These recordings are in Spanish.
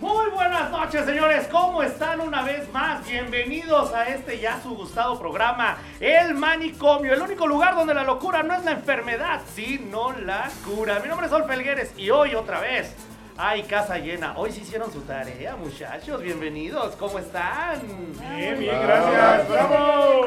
Muy buenas noches, señores. ¿Cómo están una vez más? Bienvenidos a este ya su gustado programa, El Manicomio, el único lugar donde la locura no es la enfermedad, sino la cura. Mi nombre es Sol Felgueres y hoy otra vez hay casa llena. Hoy sí hicieron su tarea, muchachos. Bienvenidos. ¿Cómo están? Bien, bien, Eh, gracias. ¡Bravo!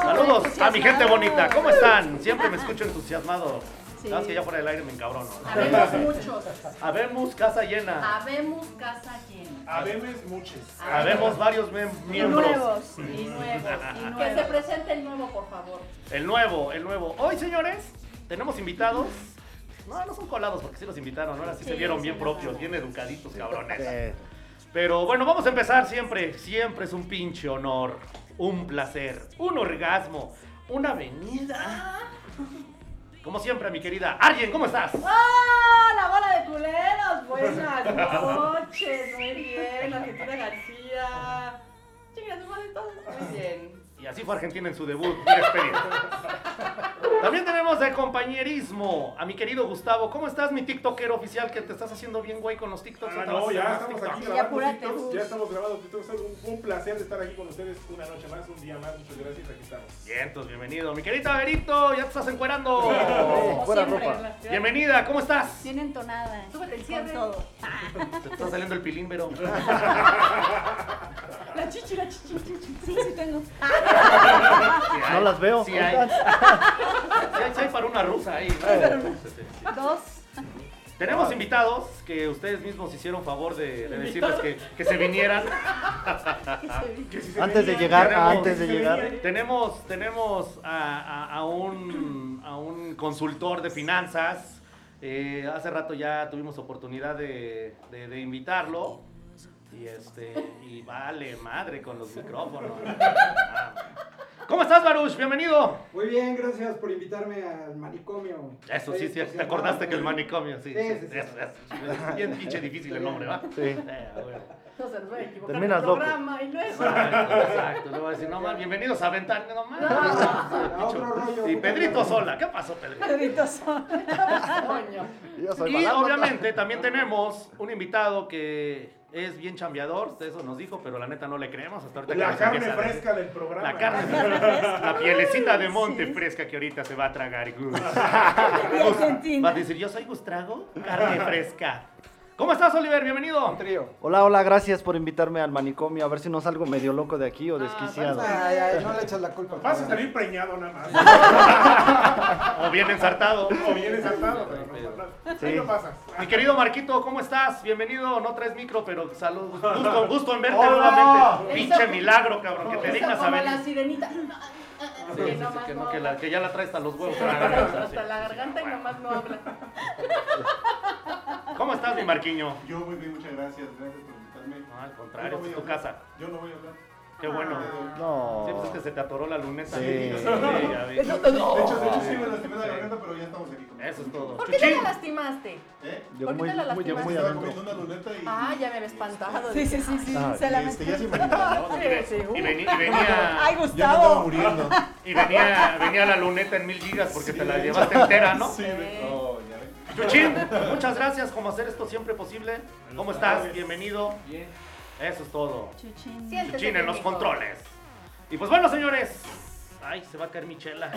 Saludos a mi gente bonita. ¿Cómo están? Siempre me escucho entusiasmado. Sí. Sabes que ya por el aire me encabrono. Habemos muchos. Habemos casa Ah. llena. Habemos casa llena. Habemos muchos. Habemos varios mem- Y miembros. nuevos. Y nuevos. Y Ah. nuevos. Que se presente el nuevo, por favor. El nuevo, el nuevo. Hoy, señores, tenemos invitados. No, no son colados porque sí los invitaron. Ahora sí, Sí, se vieron sí, bien sí. propios, bien educaditos, cabrones. Pero bueno, vamos a empezar siempre. Siempre es un pinche honor, un placer, un orgasmo, una venida. Como siempre, mi querida Arjen, ¿cómo estás? ¡Ah! La bola de culeros. Buenas noches. Muy bien. Argentina García. Chicas, todos muy bien. Y así fue Argentina en su debut, mira, experiencia. También tenemos de compañerismo a mi querido Gustavo. ¿Cómo estás, mi TikTokero oficial? Que te estás haciendo bien, güey, con los TikToks. Ah, Otra no, vez, ya más estamos TikToks. aquí Ya grabando apúrate, TikToks. Gus. Ya estamos grabando TikToks. Un, un placer de estar aquí con ustedes una noche más, un día más. Muchas gracias. Aquí estamos. Bien, entonces, bienvenido. Mi querida Berito, ya te estás encuerando. Como fuera siempre. ropa. Bienvenida, ¿cómo estás? Bien entonada. Súbete el Con cierre. todo. Te está saliendo el pilímbero. La chichi, la chichi, chichi. Sí, sí tengo. No las veo. Sí hay. Sí hay, sí hay para una rusa ahí. Eh. Dos. Tenemos invitados que ustedes mismos hicieron favor de, de decirles que, que se vinieran. Que si se Antes de venían, llegar, ya éramos- antes de se llegar. venían. Tenemos, tenemos a, a- a un, a un consultor de finanzas. Eh, hace rato ya tuvimos oportunidad de, de- de invitarlo. Y este, y vale madre con los micrófonos. Ah. ¿Cómo estás, Baruch? Bienvenido. Muy bien, gracias por invitarme al manicomio. Eso sí, sí, Estoy te acordaste que el entusiasmado. manicomio, sí. sí, Sí, sí, sí. eso, eso. Es bien pinche difícil el nombre, ¿va? Sí. Eh, bueno. No se nos voy a equivocar. Terminas el loco. programa y luego. Exacto, exacto. Le voy a decir, no más, bienvenidos a Ventana, no más. a otro rollo. Y Pedrito Sola, ¿qué pasó, Pedrito? Coño. Yo soy Y malandro. obviamente también tenemos un invitado que es bien chambeador, de eso nos dijo, pero la neta no le creemos hasta ahorita que La nos carne empieza a decir. fresca del programa. La carne fresca. La pielecita de monte fresca que ahorita se va a tragar Gus. Va a Argentina. decir, yo soy Gustrago, carne fresca. ¿Cómo estás, Oliver? Bienvenido. Hola, hola, gracias por invitarme al manicomio. A ver si no salgo medio loco de aquí o desquiciado. Ay, ay, no le echas la culpa. Vas a salir preñado nada más. O bien ensartado. O vienes saltado, pero no pasa nada. Ahí Sí. no pasas. Mi querido Marquito, ¿cómo estás? Bienvenido, no traes micro, pero salud. Gusto, gusto en verte Hola. nuevamente. Pinche Eso- milagro, cabrón, que te Eso dignas a como venir. la sirenita. Sí, sí, Que sí, nomás que, no, no que, la- habla. que ya la traes hasta los huevos. para la garganta, sí. Hasta la garganta y nomás no habla. ¿Cómo estás, mi Marquiño? Yo muy bien, muchas gracias. Gracias por invitarme. No, al Yo contrario, esta no es tu voy a hablar. casa. Yo no voy a hablar. Qué bueno. No. Sí, pues es que se te atoró la luneta. Sí. Sí, ya vi. De hecho, de hecho sí me lastimé la Sí. garganta, pero ya estamos aquí. con- Eso es todo. ¿Por qué Chuchín. te lastimaste? ¿Eh? Yo ¿Por qué muy, te la muy, yo lastimaste? muy Estaba adentro. comiendo una luneta y... Ah, ya me había espantado. Sí, sí, sí, sí. Ay, Se la Y, Este, ya se me Y, ve- y veni- y Ay, venía, Gustavo. muriendo. y venía, venía la luneta en mil gigas porque te la llevaste entera, ¿no? Sí, ve. Oh, ya ve. Chuchín, muchas gracias como hacer esto siempre posible. ¿Cómo estás? Bienvenido. Bien. Eso es todo. Chuchín. Siéntese, Chuchín en los pendejo. controles. Y pues bueno, señores. Ay, se va a caer mi chela.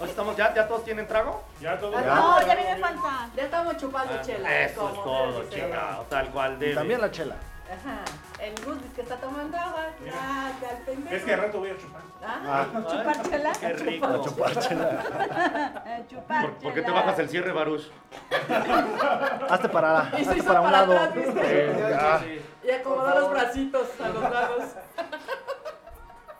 Hoy estamos ya, ya todos tienen trago. Ya todo. Ah, No, ya viene falta. Ya estamos chupando chela. Ah, Eso es como todo, debe de ser. chingado. Tal cual Y debe. también la chela. Ajá. El Gus dice que está tomando ah, agua. Ya, ya, el pendejo. Es que al rato voy a chupar. Ah, Chupar chela. Qué rico. Eh, Chupar ¿Por, chela. por qué te bajas el cierre, Baruch? Hazte para, Y se hazte hizo para, para un lado. atrás, ¿viste? Ah, sí. Y acomodó los bracitos a los lados.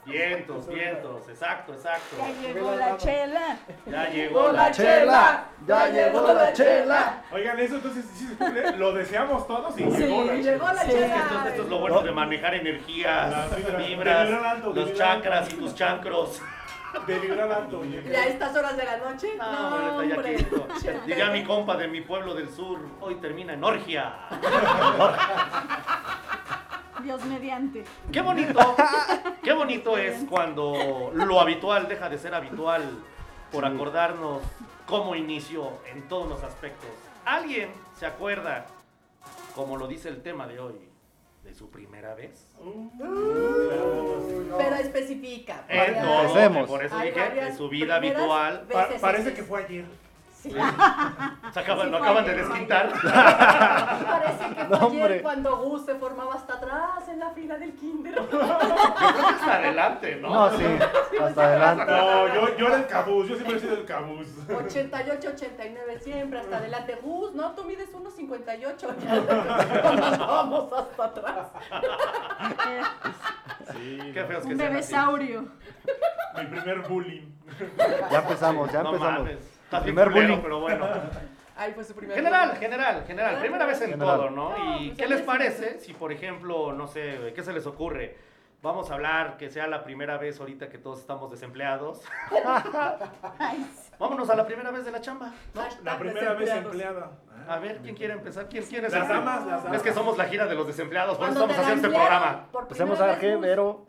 Vientos, vientos, exacto, exacto. Ya llegó la chela. Ya llegó la La chela, ya llegó la chela. Oigan, eso entonces sí se cumple. Lo deseamos todos y llegó la Llegó la Es que esto, chela. esto es lo bueno de manejar energías, Las vibras. vibras, Vibrar alto, los vibrar chakras y tus chancros. chela. De vibrar alto. llegó. Y a estas horas de la noche, No, no, bueno, está ya hombre. quieto. Diría mi compa de mi pueblo del sur, hoy termina en orgia. Dios mediante. Qué bonito, qué bonito es cuando lo habitual deja de ser habitual por acordarnos cómo inició en todos los aspectos. ¿Alguien se acuerda, como lo dice el tema de hoy, de su primera vez? Uh, Pero especifica. Eh, no, varias- Empecemos. por eso hay dije, varias de su vida primeras habitual. Pa- veces, parece sí, que sí. fue ayer. Sí. Se acaban- Sí, lo acaban de fue ayer, desquitar. Parece que fue ayer No, hombre. cuando Gus se formaba hasta atrás en la fila del kinder. Hasta adelante, ¿no? No, sí, hasta adelante. No, yo, yo era el cabuz. Yo siempre he sido el cabuz. 88, 89 siempre, hasta adelante. Gus, no, tú mides 1,58. Cuando Vamos hasta atrás. Eh, Qué feos que un sean bebé así. saurio. Mi primer bullying. Ya empezamos, ya No empezamos. mames. Estás bien Primer culero, bullying. pero bueno. Ahí fue su primer. General, general, general. Ah, Primera vez en general. todo, ¿no? No, ¿Y pues qué a veces- les parece si, por ejemplo, no sé, qué se les ocurre? Vamos a hablar que sea la primera vez ahorita que todos estamos desempleados. Ay, Vámonos a la primera vez de la chamba. ¿no? Hashtag La primera vez desempleados. empleada. A ver, ¿quién quiere empezar? ¿Quién, quién es Las el prim- damas, las damas. Es que somos la gira de los desempleados, por eso Cuando estamos te haciendo este ganguearon programa. por Empecemos primera Pues a qué, vez, Gus. Vero.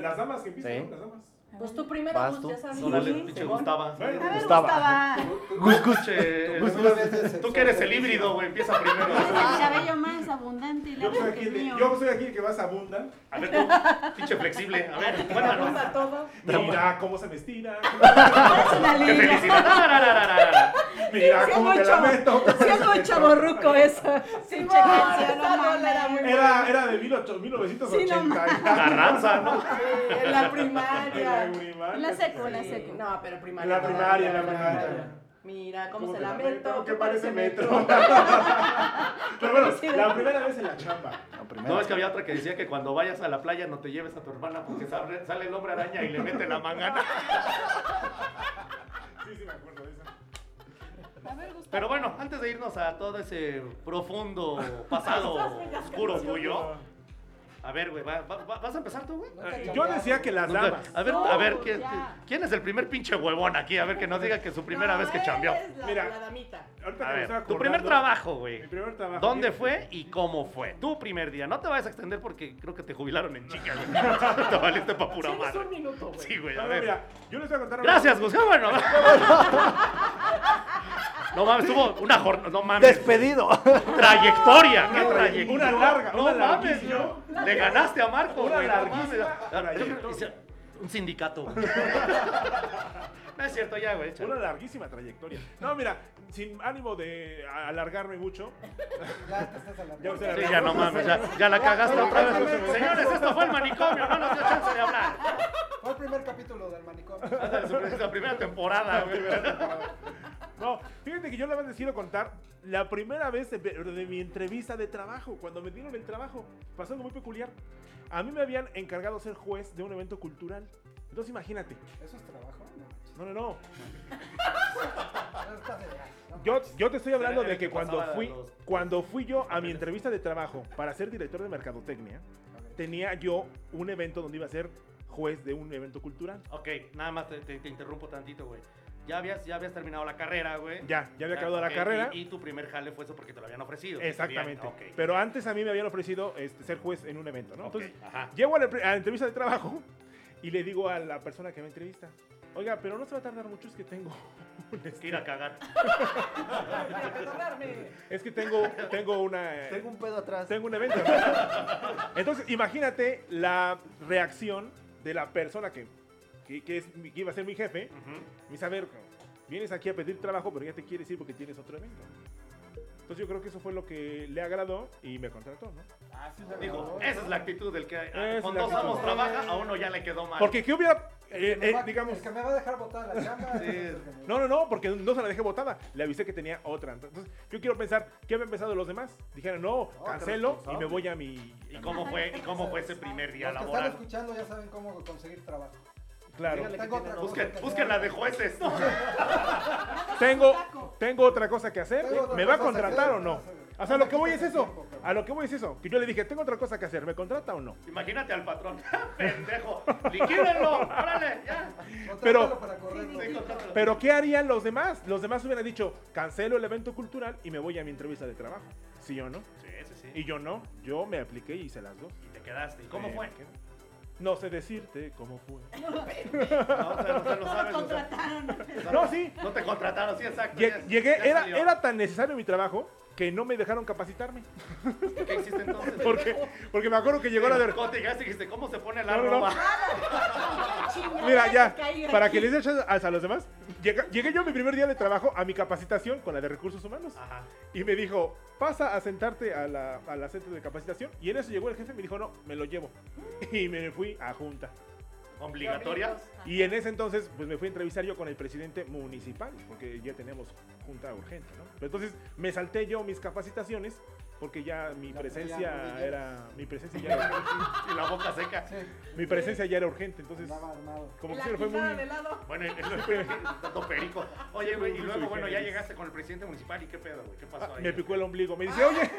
Las damas que empiezan, Sí. ¿no? las damas. Pues tú primero, Vas Gus, tú. ya sabes. No, dale, Sí. pinche Gustava. Bueno, a ver, pues, Gustaba. Gustava. Gus, gus. Che, Gus, tú- gus. Gus, Tú gus. que eres el híbrido, güey, empieza primero. El cabello más abundante y yo, soy largo que aquí, el el- mío. yo soy aquí el que más abunda. A ver, tú, pinche flexible. A ver, Vamos cuéntanos. a todo. Mira cómo se me estira. Es una ¡Qué línea. felicidad! Ararararara. Mira Sí es cómo muy te la chavo- meto. sí es muy chavorruco eso. Sí, Sin bueno, chequencia, esa no no la era mames. muy- Era, era de 1800, Sí, no 1980. Carranza, ¿no? Sí, eh, en la primaria. primaria. La secu, la secu. No, pero primaria. En la todavía. primaria, en la primaria. Mira, cómo Como se te lamento. meto, Que parece metro. Pero Sí. bueno, la primera vez en la chamba. No, No, primero. es que había otra que decía que cuando vayas a la playa no te lleves a tu hermana porque sale, sale el hombre araña y le mete la mangana. Sí, sí, me acuerdo de eso. A ver, Gustavo. Pero bueno, antes de irnos a todo ese profundo pasado oscuro tuyo, a ver, güey, va- va- va- ¿vas a empezar tú, güey? Eh, Yo decía que las No, güey, damas. A ver, No, a ver, ¿quién, ya. quién es el primer pinche huevón aquí? A ver, que nos diga que es su primera No, vez que eres chambeó. La, Mira. la damita. Ahorita A que me estoy ver, tu acordando, primer trabajo, güey. Mi primer trabajo. ¿Dónde fue y cómo fue? Tu primer día. No te vayas a extender porque creo que te jubilaron en chica, güey. te valiste pa' pura Tienes un madre. minuto, güey. Sí, güey, No, a no, ver. mira, yo les voy a contar. una- Gracias, Gus. qué bueno. No mames, tuvo una jornada. No mames. Despedido. Trayectoria. ¿Qué Una trayectoria? una larga, No una mames, larguísima. yo. Le ganaste a Marco, Una güey. No larguísima mames. Ah, yo creo que trayectoria. hice Un sindicato. güey. No es cierto, ya, güey. échale. Una larguísima trayectoria. No, mira, sin ánimo de a- alargarme mucho. Ya ustedes Sí, ya no mames, ya, ya la cagaste otra vez. Señores, esto fue el manicomio, no nos dio chance de hablar. Fue el primer capítulo del manicomio. Ándale, su- La primera temporada, güey. No, fíjate que yo le había decidido contar la primera vez de, de mi entrevista de trabajo, cuando me dieron el trabajo. Pasó algo muy peculiar. A mí me habían encargado ser juez de un evento cultural. Entonces imagínate. ¿Eso es trabajo? No, no, no. No, no estás de gas, ¿no? Yo, yo te estoy hablando Era el de que que cuando pasaba fui, los- cuando fui yo a mi entrevista de trabajo para ser director de mercadotecnia, tenía yo un evento donde iba a ser juez de un evento cultural. Ok, nada más te, te- te interrumpo tantito, güey. Ya habías, ya habías terminado la carrera, güey. Ya, ya había acabado la Ah, ok, carrera. Y, y tu primer jale fue eso porque te lo habían ofrecido. Exactamente. Bien, ok. Pero antes a mí me habían ofrecido este, ser juez en un evento, ¿no? Ok, Entonces, ajá. llego a la, a la entrevista de trabajo y le digo a la persona que me entrevista, oiga, pero no se va a tardar mucho, es que tengo un, este, Ir a cagar. Para perdonarme. es que tengo, tengo una... eh, Tengo un pedo atrás. Tengo un evento. Entonces, imagínate la reacción de la persona que, que, que es, mi- que iba a ser mi jefe. Ujú. Me dice, a ver, vienes aquí a pedir trabajo, pero ya te quieres ir porque tienes otro evento. Entonces yo creo que eso fue lo que le agradó y me contrató, ¿no? Digo, esa es la actitud del que ah, Es con la dos amos actitud. trabaja, a uno ya le quedó mal. Porque ¿qué hubiera Eh, Me eh, va- digamos. El que me va a dejar botada la chamba. es el que me- No, no, no, porque no se la dejé botada. Le avisé que tenía otra. Entonces, yo quiero pensar, ¿qué habían pensado los demás? Dijeron, no, No, cancelo qué y me voy a mi. ¿Y cómo fue, y cómo fue ese primer día Los que están laboral? escuchando ya saben cómo conseguir trabajo. Claro. Tengo otra cosa Busquen, que busquen la de jueces, ¿no? Tengo, tengo otra cosa que hacer. Tengo otra ¿Me va a cosa que contratar o hacer. no? O sea, No lo me que voy es quites el eso. tiempo, cabrón. A lo que voy es eso. Que yo le dije, tengo otra cosa que hacer. ¿Me contrata o no? Imagínate al patrón. Pendejo. Liquídenlo. Órale, ya. hacer. Pero- Contrátalo para correrlo. Sí, contrátalo. Pero ¿qué harían los demás? Los demás hubieran dicho, cancelo el evento cultural y me voy a mi entrevista de trabajo. ¿Sí o no? Sí, sí, sí. Y yo no. Yo me apliqué y hice las dos. Y te quedaste. ¿Y cómo Eh, fue? ¿qué? No sé decirte cómo fue. No, o sea, no te lo No sabes. lo o sea, contrataron. No, sí. no te contrataron, sí, exacto. Lle- ya- Llegué, ya era, salió. era tan necesario mi trabajo que no me dejaron capacitarme. ¿Qué hiciste entonces? Porque, porque me acuerdo que llegó la de... Te llegaste y dijiste, ¿cómo se pone la No, no, no. ropa? Mira, ya, para que les dé chance a a los demás, llega- llegué yo mi primer día de trabajo a mi capacitación con la de recursos humanos Ah. Ajá. y me dijo, pasa a sentarte a la, a la centro de capacitación y en eso llegó el jefe y me dijo, no, me lo llevo. Y me fui a junta. ¿Obligatoria? Y en ese entonces, pues me fui a entrevistar yo con el presidente municipal, porque ya tenemos junta urgente, ¿no? Pero entonces me salté yo mis capacitaciones, porque ya mi Ya, presencia ya, ya. era. Mi presencia ya era, Y la boca seca. Sí, mi presencia ya era urgente, entonces. andaba armado. Como que se le fue muy. Bueno, el, el- tanto perico. Oye, güey, y luego, Sui bueno, ya generis. llegaste con el presidente municipal y qué pedo, güey, qué pasó ahí. Me picó el ombligo. Me Ah. dice, oye,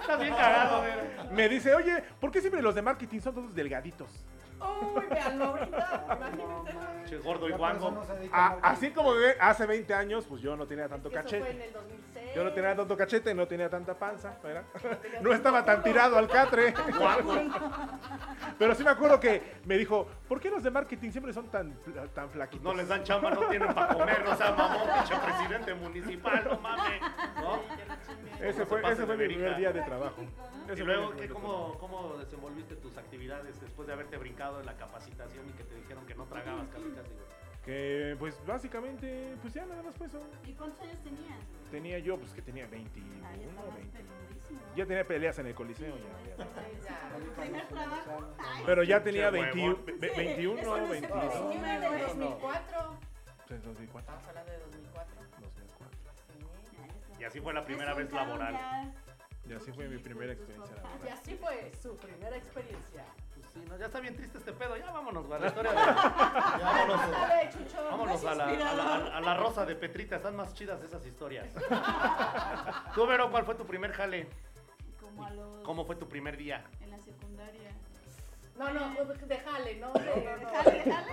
Estás bien cagado, güey. me dice, oye, ¿por qué siempre los de marketing son todos delgaditos? Uy, veanlo ahorita. Imagínense. Che, gordo y Ya por eso guango. no se dedica A- al marketing. Ah, así como ve- hace 20 años, pues yo no tenía tanto Que Eso fue cachete. en el 2006. Yo no tenía tanto cachete, no tenía tanta panza, ¿verdad? No estaba tan tirado al catre. Pero sí me acuerdo que me dijo, ¿por qué los de marketing siempre son tan, fla- tan Pues flaquitos? no les dan chamba, no tienen para comer, o sea, mamón, pinche presidente municipal, no mames, ¿no? no ese se fue, pasen ese de fue mi verica. primer día de trabajo. Ese Y fue luego, mi ¿qué, primer cómo, ¿cómo desenvolviste tus actividades después de haberte brincado en la capacitación y que te dijeron que no tragabas casi casi? güey? trabajo. Que pues básicamente, pues ya nada más fue eso. ¿Y cuántos años tenías? Tenía yo, pues que tenía 21, Ahí estabas 20. peludísimo. Ya tenía peleas en el coliseo. ya, ya. Ya, tu primer trabajo. Pero ya tenía Che, 21, huevón. ve- 21 Eso no o se 22. presuma de No, no, no. 2004. Entonces, 2004, Estamos hablando de 2004. 2004. Sí, ahí está. Y así fue la primera Resultaron vez laboral. ya Y así fue mi primera experiencia. laboral. Y así fue su primera experiencia. Pues sí, no, ya está bien triste este pedo, ya vámonos, güey, a la historia de... ya vámonos. Dale, Chucho, no Vámonos has a la, a, la, inspirado. a la rosa de Petrita, están más chidas esas historias. Tú, Vero, ¿cuál fue tu primer jale? Como a los. ¿Cómo fue tu primer día? En la secundaria. No, no, pues, déjale, no, no, no, no. Jale, jale.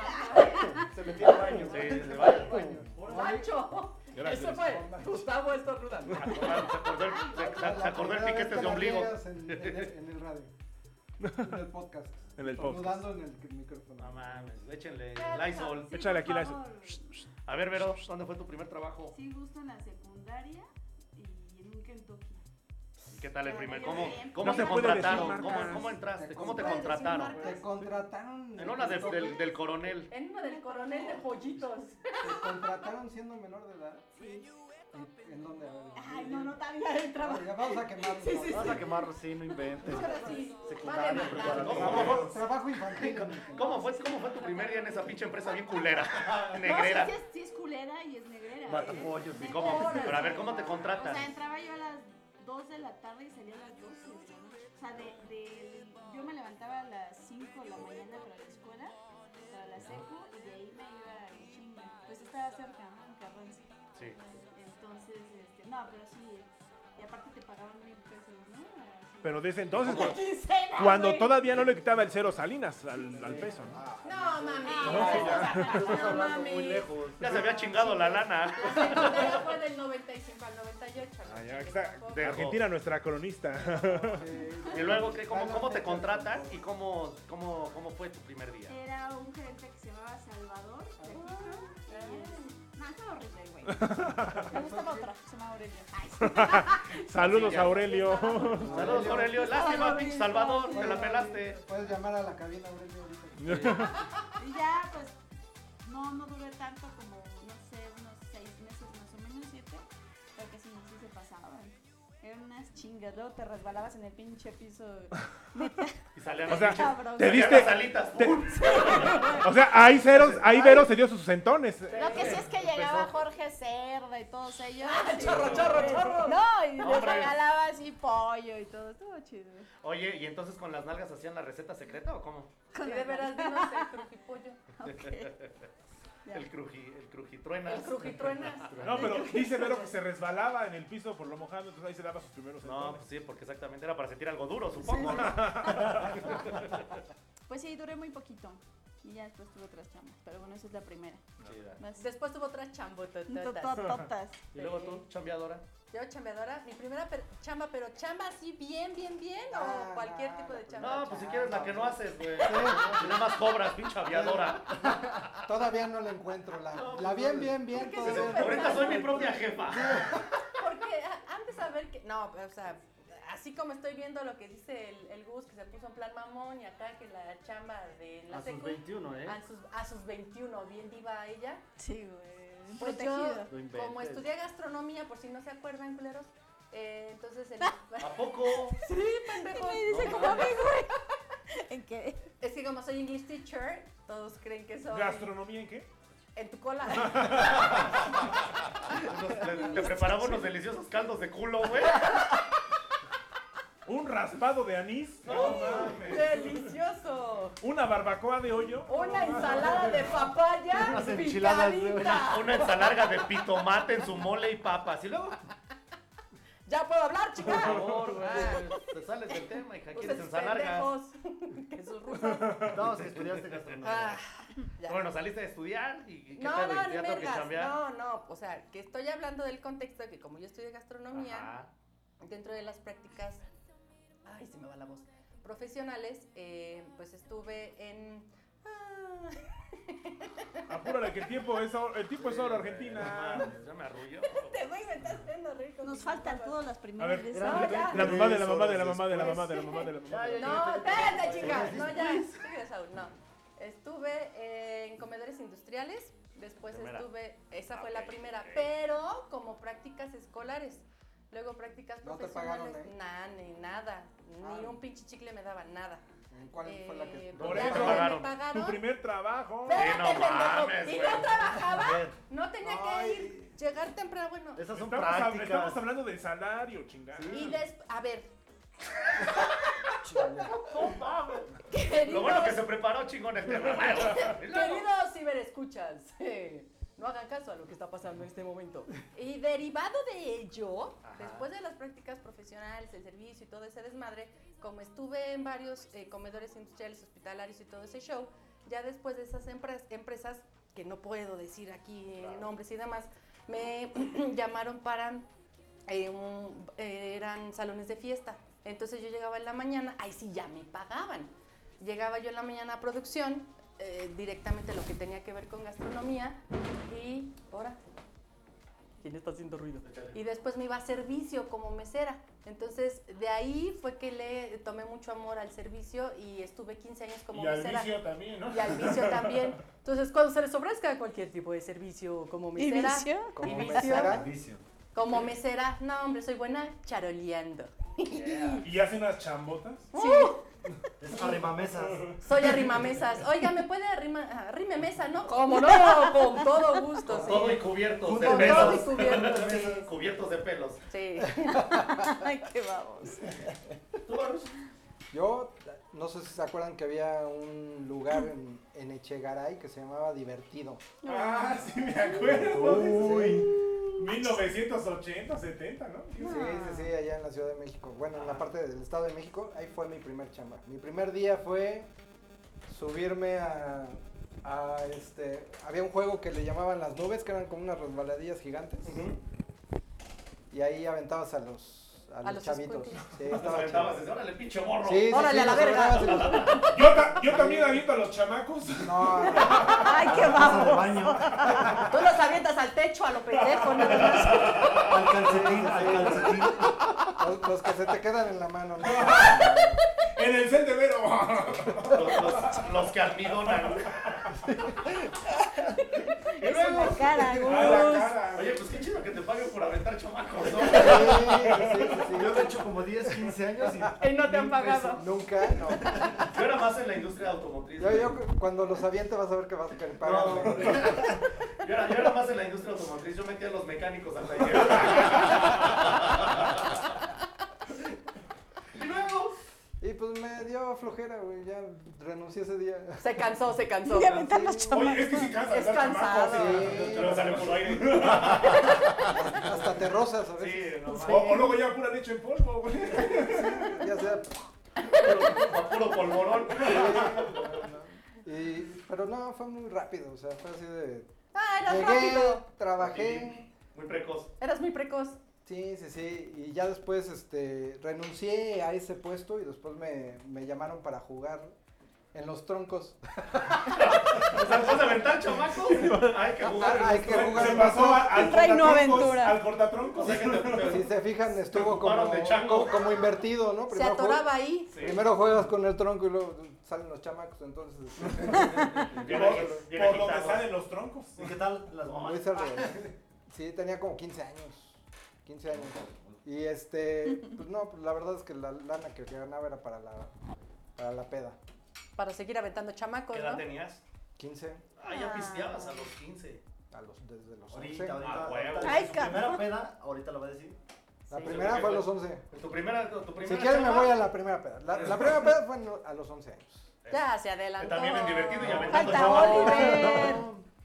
Se metió al baño. Sí, se va. Pancho, Gracias. eso fue Gustavo estornudando. Se acordó el, se- se- se acordó el primera vez piquete que de la ombligo. riegas En, en el, en el radio. En el podcast. En el Estornudando en el micrófono. No mames, échenle Lysol. Sí, Échale por aquí la- favor. A ver, Vero, ¿dónde fue tu primer trabajo? Sí, justo en la secundaria y en un Kentucky. ¿Y ¿Qué tal el primer? ¿Cómo, No cómo se te puede decir contrataron? marcas. ¿Cómo, cómo entraste? ¿Cómo te No puede se decir contrataron? marcas. Te contrataron. En una de- Kentucky, del, del coronel. En uno del coronel de pollitos. Te contrataron siendo menor de edad. ¿En, en dónde? A ver, Ay, no, no sabía el Ah, trabajo. ya Vamos a quemarlo. Sí, sí, Vas a quemar, sí, no inventes. Sí. Secundaria, preparatoria. Trabajo infantil. ¿Cómo fue, ¿Cómo fue tu primer día en esa pinche empresa bien culera? No, sí, Negrera. sí, es, sí es culera y es negrera. Mata ¿eh? pollos, Neta, ¿Cómo? horas. Pero a ver, ¿cómo te O sea, contratan? entraba yo a las 2 de la tarde y salía a las 12. de la noche. O sea, de, de- yo me levantaba a las 5 de la mañana para la escuela, para la secu, y de ahí me iba en chinga. Pues estaba cerca, ¿no? En Carranza. Sí. Entonces, este, no, pero sí. Y aparte te pagaban mil pesos, ¿no? Así. Pero desde entonces, cu- Quincena, cuando güey. todavía no le quitaba el cero Salinas al, al peso, ¿no? No, No, mami. Estás no hablando muy mames. lejos. Ya se había chingado la lana. La secundaria fue del 95 al 98. Ah, ¿no? ya, Chingues está. tampoco. De- Argentina, nuestra cronista. Sí. Y luego, ¿qué, cómo, Eh, Están ¿cómo las te fechas contratan juntas. y cómo, cómo, cómo fue tu primer día? Era un gerente que se llamaba Salvador. de aquí, ¿no? No, estaba horrible, güey. Me gustaba otra, se llama Aurelia. Ay, sí. Saludos, Sí, ya. Aurelio. Saludos, Aurelio. Lástima, pinche Salvador, te la pelaste. Puedes llamar a la cabina Aurelio ahorita. Y ya, pues, no, no duré tanto como, no sé, unos seis meses más o menos, siete, porque si no, sí se pasaban. Eran unas chingas. Luego te resbalabas en el pinche piso. Y salían O sea, las pinches- Cabrón. te salían diste- las alitas. te- ¡Pum! O sea, ahí, Ceros, ahí Vero se dio sus sentones. Lo que sí es que llegaba Jorge Cerda y todos ellos. Chorro, chorro, chorro. No, y les Hombre. regalaba así pollo y todo. Estuvo chido. Oye, ¿y entonces con las nalgas hacían la receta secreta o cómo? Y de veras dinos el crujipollo. Ya. El cruji, el crujitruenas. El crujitruenas. No, pero dice Vero que se resbalaba en el piso por lo mojado, entonces ahí se daba sus primeros No, sentones. pues sí, porque exactamente era para sentir algo duro, supongo. Pues sí, duré muy poquito. Y ya después tuve otras chamas. Pero bueno, esa es la primera. Chida. Más Después tuvo otra chambotototas. totototas. Y luego tú, chambeadora. Yo, chambeadora, mi primera per- chamba, pero chamba así bien, bien, bien, o Ah, cualquier no, tipo de no, chamba. No, pues si quieres la que no haces, güey. Sí, no, Y nada más cobras, pinche aviadora. Todavía no la encuentro. La, No, pues, la bien, no. bien, bien. Porque todavía es no. Ahorita soy mi propia jefa. Porque a- antes a ver que. No, o sea, así como estoy viendo lo que dice el, el Gus, que se puso en plan mamón y acá que la chamba de la A sus secu- 21, ¿eh? a sus, a sus 21, bien diva ella. Sí, güey. Pues Protegido. No inventes. Como estudié gastronomía, por si no se acuerdan, culeros. eh, entonces, el... ¿A poco? sí, pendejo. Me dice como a mí, güey. ¿En qué? Es que como soy English teacher, todos creen que soy. ¿Gastronomía en qué? En tu cola. Unos- Te, te preparaba unos deliciosos caldos de culo, güey. ¿Un raspado de anís? No mames. ¡Delicioso! ¿Una barbacoa de hoyo? Una ensalada de papaya. Unas enchiladas, güey. picadita. Una ensalada de pitomate en su mole y papas. Y luego, Ya puedo hablar, por chicas. favor, güey. Te sales del tema, hija. ¿Quieres Ustedes ensalargas? pendejos. Que sus rusos. No, si estudiaste gastronomía. Ah, ya. Bueno, saliste de estudiar y, y ¿qué No, pedo? no, ¿Y ni ya tengo que mergas. chambear? No, no. O sea, que estoy hablando del contexto de que como yo estudié gastronomía, Ajá. dentro de las prácticas, ay, se me va la voz, profesionales, eh, pues estuve en... ah, Apúrale que el tiempo es ahora, el tiempo es ahora Argentina. No mames, Ya me arrulló. te voy a inventar siendo rico. Nos mi faltan mamá. todas las A primeras ver, veces. No, ya. La mamá de la mamá de la mamá de la mamá de la mamá de la mamá. de la mamá. No, espérate, chicas. No, ya. síguele, Saúl, No. Estuve eh, en comedores industriales. Después Primera. estuve, esa fue Ok, la primera, ok. pero como prácticas escolares. Luego prácticas No te profesionales. pagaron, ¿eh? Nah, ni nada. Ni Ah. un pinche chicle me daba nada. ¿Cuál fue la que.? Eh, Por ya eso. cuando Pagaron. me pagaron. Tu primer trabajo. Espérate, no pendejo, mames, y güey. no trabajaba, no tenía Ay. que ir, llegar temprano, bueno. Esas son Estamos, hab- prácticas. estamos hablando del salario, chingada. Y después, a ver, No mames. Lo queridos, bueno que se preparó chingón este mamado. Y luego- queridos ciberescuchas, eh, no hagan caso a lo que está pasando en este momento. Y derivado de ello, Ajá. después de las prácticas profesionales, el servicio y todo ese desmadre, como estuve en varios eh, comedores industriales, hospitalarios y todo ese show, ya después de esas empres- empresas, que no puedo decir aquí eh, nombres y demás, me llamaron para eh, un- eh, eran salones de fiesta. Entonces yo llegaba en la mañana, ahí sí ya me pagaban. Llegaba yo en la mañana a producción, eh, directamente lo que tenía que ver con gastronomía y ahora. ¿Quién está haciendo ruido? Y después me iba a servicio como mesera. Entonces de ahí fue que le tomé mucho amor al servicio y estuve 15 años como Y al mesera. vicio también, ¿no? Y al vicio también. Entonces cuando se les ofrezca cualquier tipo de servicio como ¿Y mesera. vicio? ¿Y Como vicio? mesera. Como mesera, no hombre, soy buena charoleando. Y hace unas chambotas. Sí, Es arrimamesas. soy arrimamesas. Oiga, ¿me puede arrima, arrime mesa, no? Como no, con todo gusto, Con sí. todo y cubiertos de Con todo y pelos. cubiertos, sí. Cubiertos de pelos. Sí. Ay, qué vamos. ¿Tú, Barros? Yo, no sé si se acuerdan que había un lugar en, en Echegaray que se llamaba Divertido. Ah, sí me acuerdo. Uy. 1980, 70, ¿no? Sí, sí, sí, allá en la Ciudad de México. Bueno, en la parte del Estado de México, ahí fue mi primer chamba. Mi primer día fue subirme a, a, este, había un juego que le llamaban las nubes, que eran como unas resbaladillas gigantes. Y ahí aventabas a los, a los los chavitos. escuincles. Sí, Nos estaba aventabas chido. y órale, pinche morro. Sí, sí, Órale, sí, a la los verga. aventabas y los- Yo, ta- yo también aviento a los chamacos. No, no, no. Ay, qué Casa de vamos. baño. Tú los avientas al techo, a lo pendejo, nada más. Al calcetín, al calcetín. Los, los que se te quedan en la mano. ¿no? En el sendero. Los, los- los que almidonan. Esa es la cara, A la Gus. cara. Oye, Oye, pues qué chido que te paguen por aventar chamacos, ¿no? Sí, sí, sí, sí. Yo he hecho como 10, 15 años y... Y no te han Mil pesos. pagado. Nunca, no. Yo era más en la industria automotriz. Yo, güey. yo cu- cuando los aviente vas a ver que vas a querer pagar. No, güey. yo, era, yo era más en la industria automotriz, yo metía a los mecánicos al taller. y luego, Y pues me dio flojera, güey. Ya renuncié ese día. Se cansó, se cansó. Y aventar los Oye, es que chamacos. si cansa Es andar chamaco, cansado. sí. Sí. pero sale por aire. Hasta te rozas, a veces. Sí, no, O, o luego ya pura leche en polvo, güey. Ya sea. mames, a puro polvorón. Y, pero no, fue muy rápido. O sea, fue así de. Ah, eras Llegué, rápido. trabajé. Muy precoz. Eras muy precoz. Sí, sí, sí. Y ya después este, renuncié a ese puesto y después me, me llamaron para jugar en los troncos. O sea, ¿vas a aventar chamacos? Hay que jugar. Ah, Hay que jugar Se en los pasó troncos. a- al Reino cortatroncos, Aventura. Al cortatroncos. O sea, que te- te- Si se fijan, estuvo como, ocuparon de chango. como, como invertido, ¿no? Se Primero, jue- atoraba ahí. sí. primero juegas con el tronco y luego salen los chamacos, entonces. este, Bien Por- agi- bien Por donde agitados. salen los troncos. ¿Y qué tal las mamás? muy cerrado. Sí, tenía como 15 años. 15 años. Y este, pues no, pues la verdad es que la lana que ganaba era para la, para la peda. Para seguir aventando chamacos, ¿Qué ¿no? edad tenías? 15 Ah, ya pisteabas a los 15. a los, desde los 11. Ah, Ahorita, ahorita. huevo. ahorita, Ay, su cabrón. primera peda, ahorita lo va a decir. La Sí. primera fue a los 11. Tu primera, tu primera Si quieren me chamba, voy a la primera peda. La, la primera peda fue en lo- a los 11 años. Ya se que adelantó. También en divertido y aventando Falta chamacos. Oliver.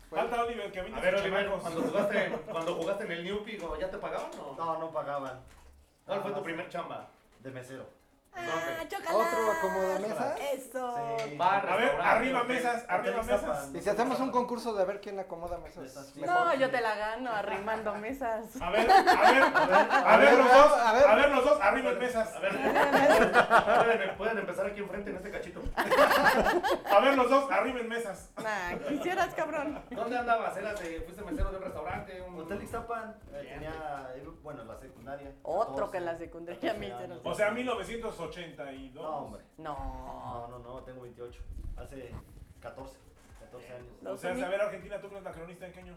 Fue- Falta Oliver, que a mí A ver, Oliver, cuando jugaste, cuando jugaste en el New Pico, ¿ya te pagaban o no? No, no pagaban. ¿Cuál fue tu primer chamba? De mesero. Ah, chócala. Otro acomodamesa. Eso. Sí. Bar, A ver, restaurante, arriba hotel. mesas, arriba Hotel Ixtapan. mesas. Y si hacemos un concurso de a ver quién acomoda mesas. Mesas. mejor. No, yo te la gano arrimando mesas. A ver, a ver, a ver los dos, a ver los dos, arriba en mesas. A ver, pueden, pueden empezar aquí enfrente en este cachito. A ver los dos, arriba en mesas. Nah, quisieras, cabrón. ¿Dónde andabas? ¿Eras de, fuiste mesero de un restaurante? Un Hotel Ixtapan eh, Bien. tenía, bueno, la secundaria. Otro que 14. la secundaria me hicieron. O sea, 1982. No, hombre. No. No, no, no, tengo 28. Hace 14, 14 años. O sea, saber Argentina, tú que eres la cronista en qué año?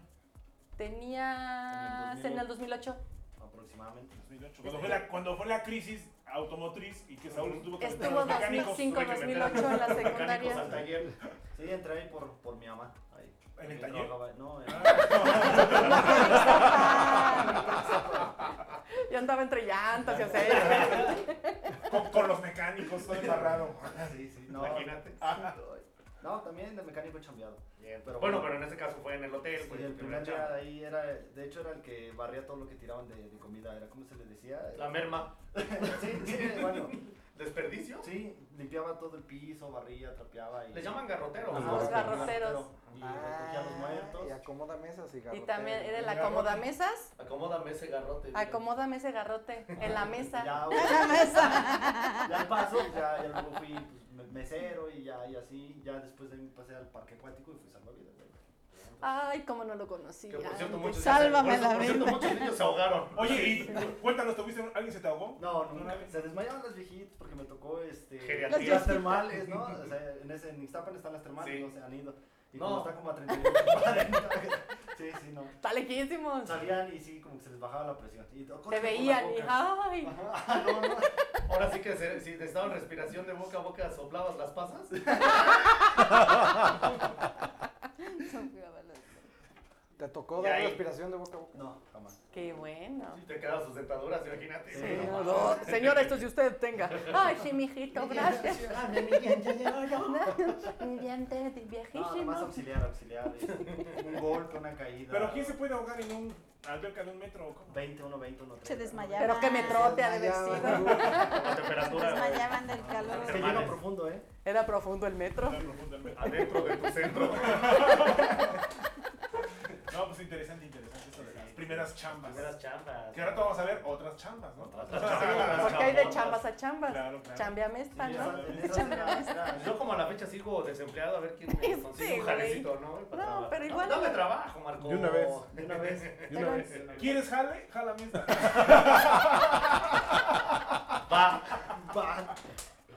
Tenías en el 2008. Aproximadamente. 2008. Cuando fue la, cuando fue la crisis automotriz y que Saúl estuvo con Estuvo 2005, 2008 en la mecánicos al secundaria. taller. Sí, entré ahí por, por mi mamá. Ahí. ¿En el Yo taller? Ah. trabajaba- No, en- Yo andaba entre llantas y aceite. Con, con los mecánicos, todo embarrado. sí, sí, no. Imagínate. No, también de mecánico he chambeado. Bien, pero bueno, bueno. pero en ese caso fue en el hotel. Sí, Pues, el tu primera primer día chamba. ahí era, de hecho era el que barría todo lo que tiraban de, de comida, era como se les decía. La merma. sí, sí, bueno, ¿Desperdicio? sí, limpiaba todo el piso, barría, trapeaba y... Les llaman garroteros. Ajá, ¿no? Los garroteros. Ah, Y recogía los Ah, Y muertos. acomoda mesas y Y garrotero. también era el Garrote. acomodamesas. Acomódame ese garrote. Acomódame ese garrote en la mesa. Ya, ya, al paso, ya, ya luego fui pues, me- mesero y ya, y así, ya después de ahí me pasé al parque acuático y fui salvavidas. güey. Ay, cómo no lo conocí. Que por cierto, Ay, muchos sálvame por- la Por cierto, vida. muchos niños se ahogaron. Oye, y cuéntanos, ¿tuviste un- alguien se te ahogó? No, No, nunca. no. Se desmayaban las viejitas porque me tocó este Geriatría. las termales, ¿no? O sea, en, ese, en Ixtapan están las termales, Sí. no se han ido. Y No. como está como a 38, 40. sí, sí, no. Está lejísimos. Salían y sí, como que se les bajaba la presión. Y Te veían y ay. Ajá, no, no. Ahora sí que se- si necesitaban respiración de boca a boca, soplabas las pasas. Te tocó Y dar ahí- respiración de boca a boca. No, jamás. Qué bueno. Y te quedaban sus dentaduras, imagínate. Sí. Bueno, Señor, oh, señora, esto si usted tenga. Ay, sí, mijito, gracias. Mi diente No, nomás viejísimo. auxiliar, auxiliar. este, Un golpe, una caída. Pero ¿quién se puede ahogar en un alberca de un metro o cómo? 20, 1, 20, 1, 30. Se desmayaba. Pero qué metrote ha de haber sido. La temperatura Desmayaban del calor. Es que llega profundo, ¿eh? Era profundo el metro. Tan profundo el metro. adentro de tu centro. No, pues interesante, interesante esto de las primeras chambas. Primeras chambas. Que ahora vamos a ver otras chambas, ¿no? Otras chambas. Porque hay de chambas a Claro, chambas. claro. Chambeame esta, Sí, ¿no? esa- en esas era- era- Yo como a la fecha sigo desempleado a ver quién Sí, me consigue güey. un jalecito, ¿no? Para No, trabajar. pero igual- Dame trabajo, Marco. De una vez. De una vez. Pero- ¿Quieres jale? Jala esta. Va.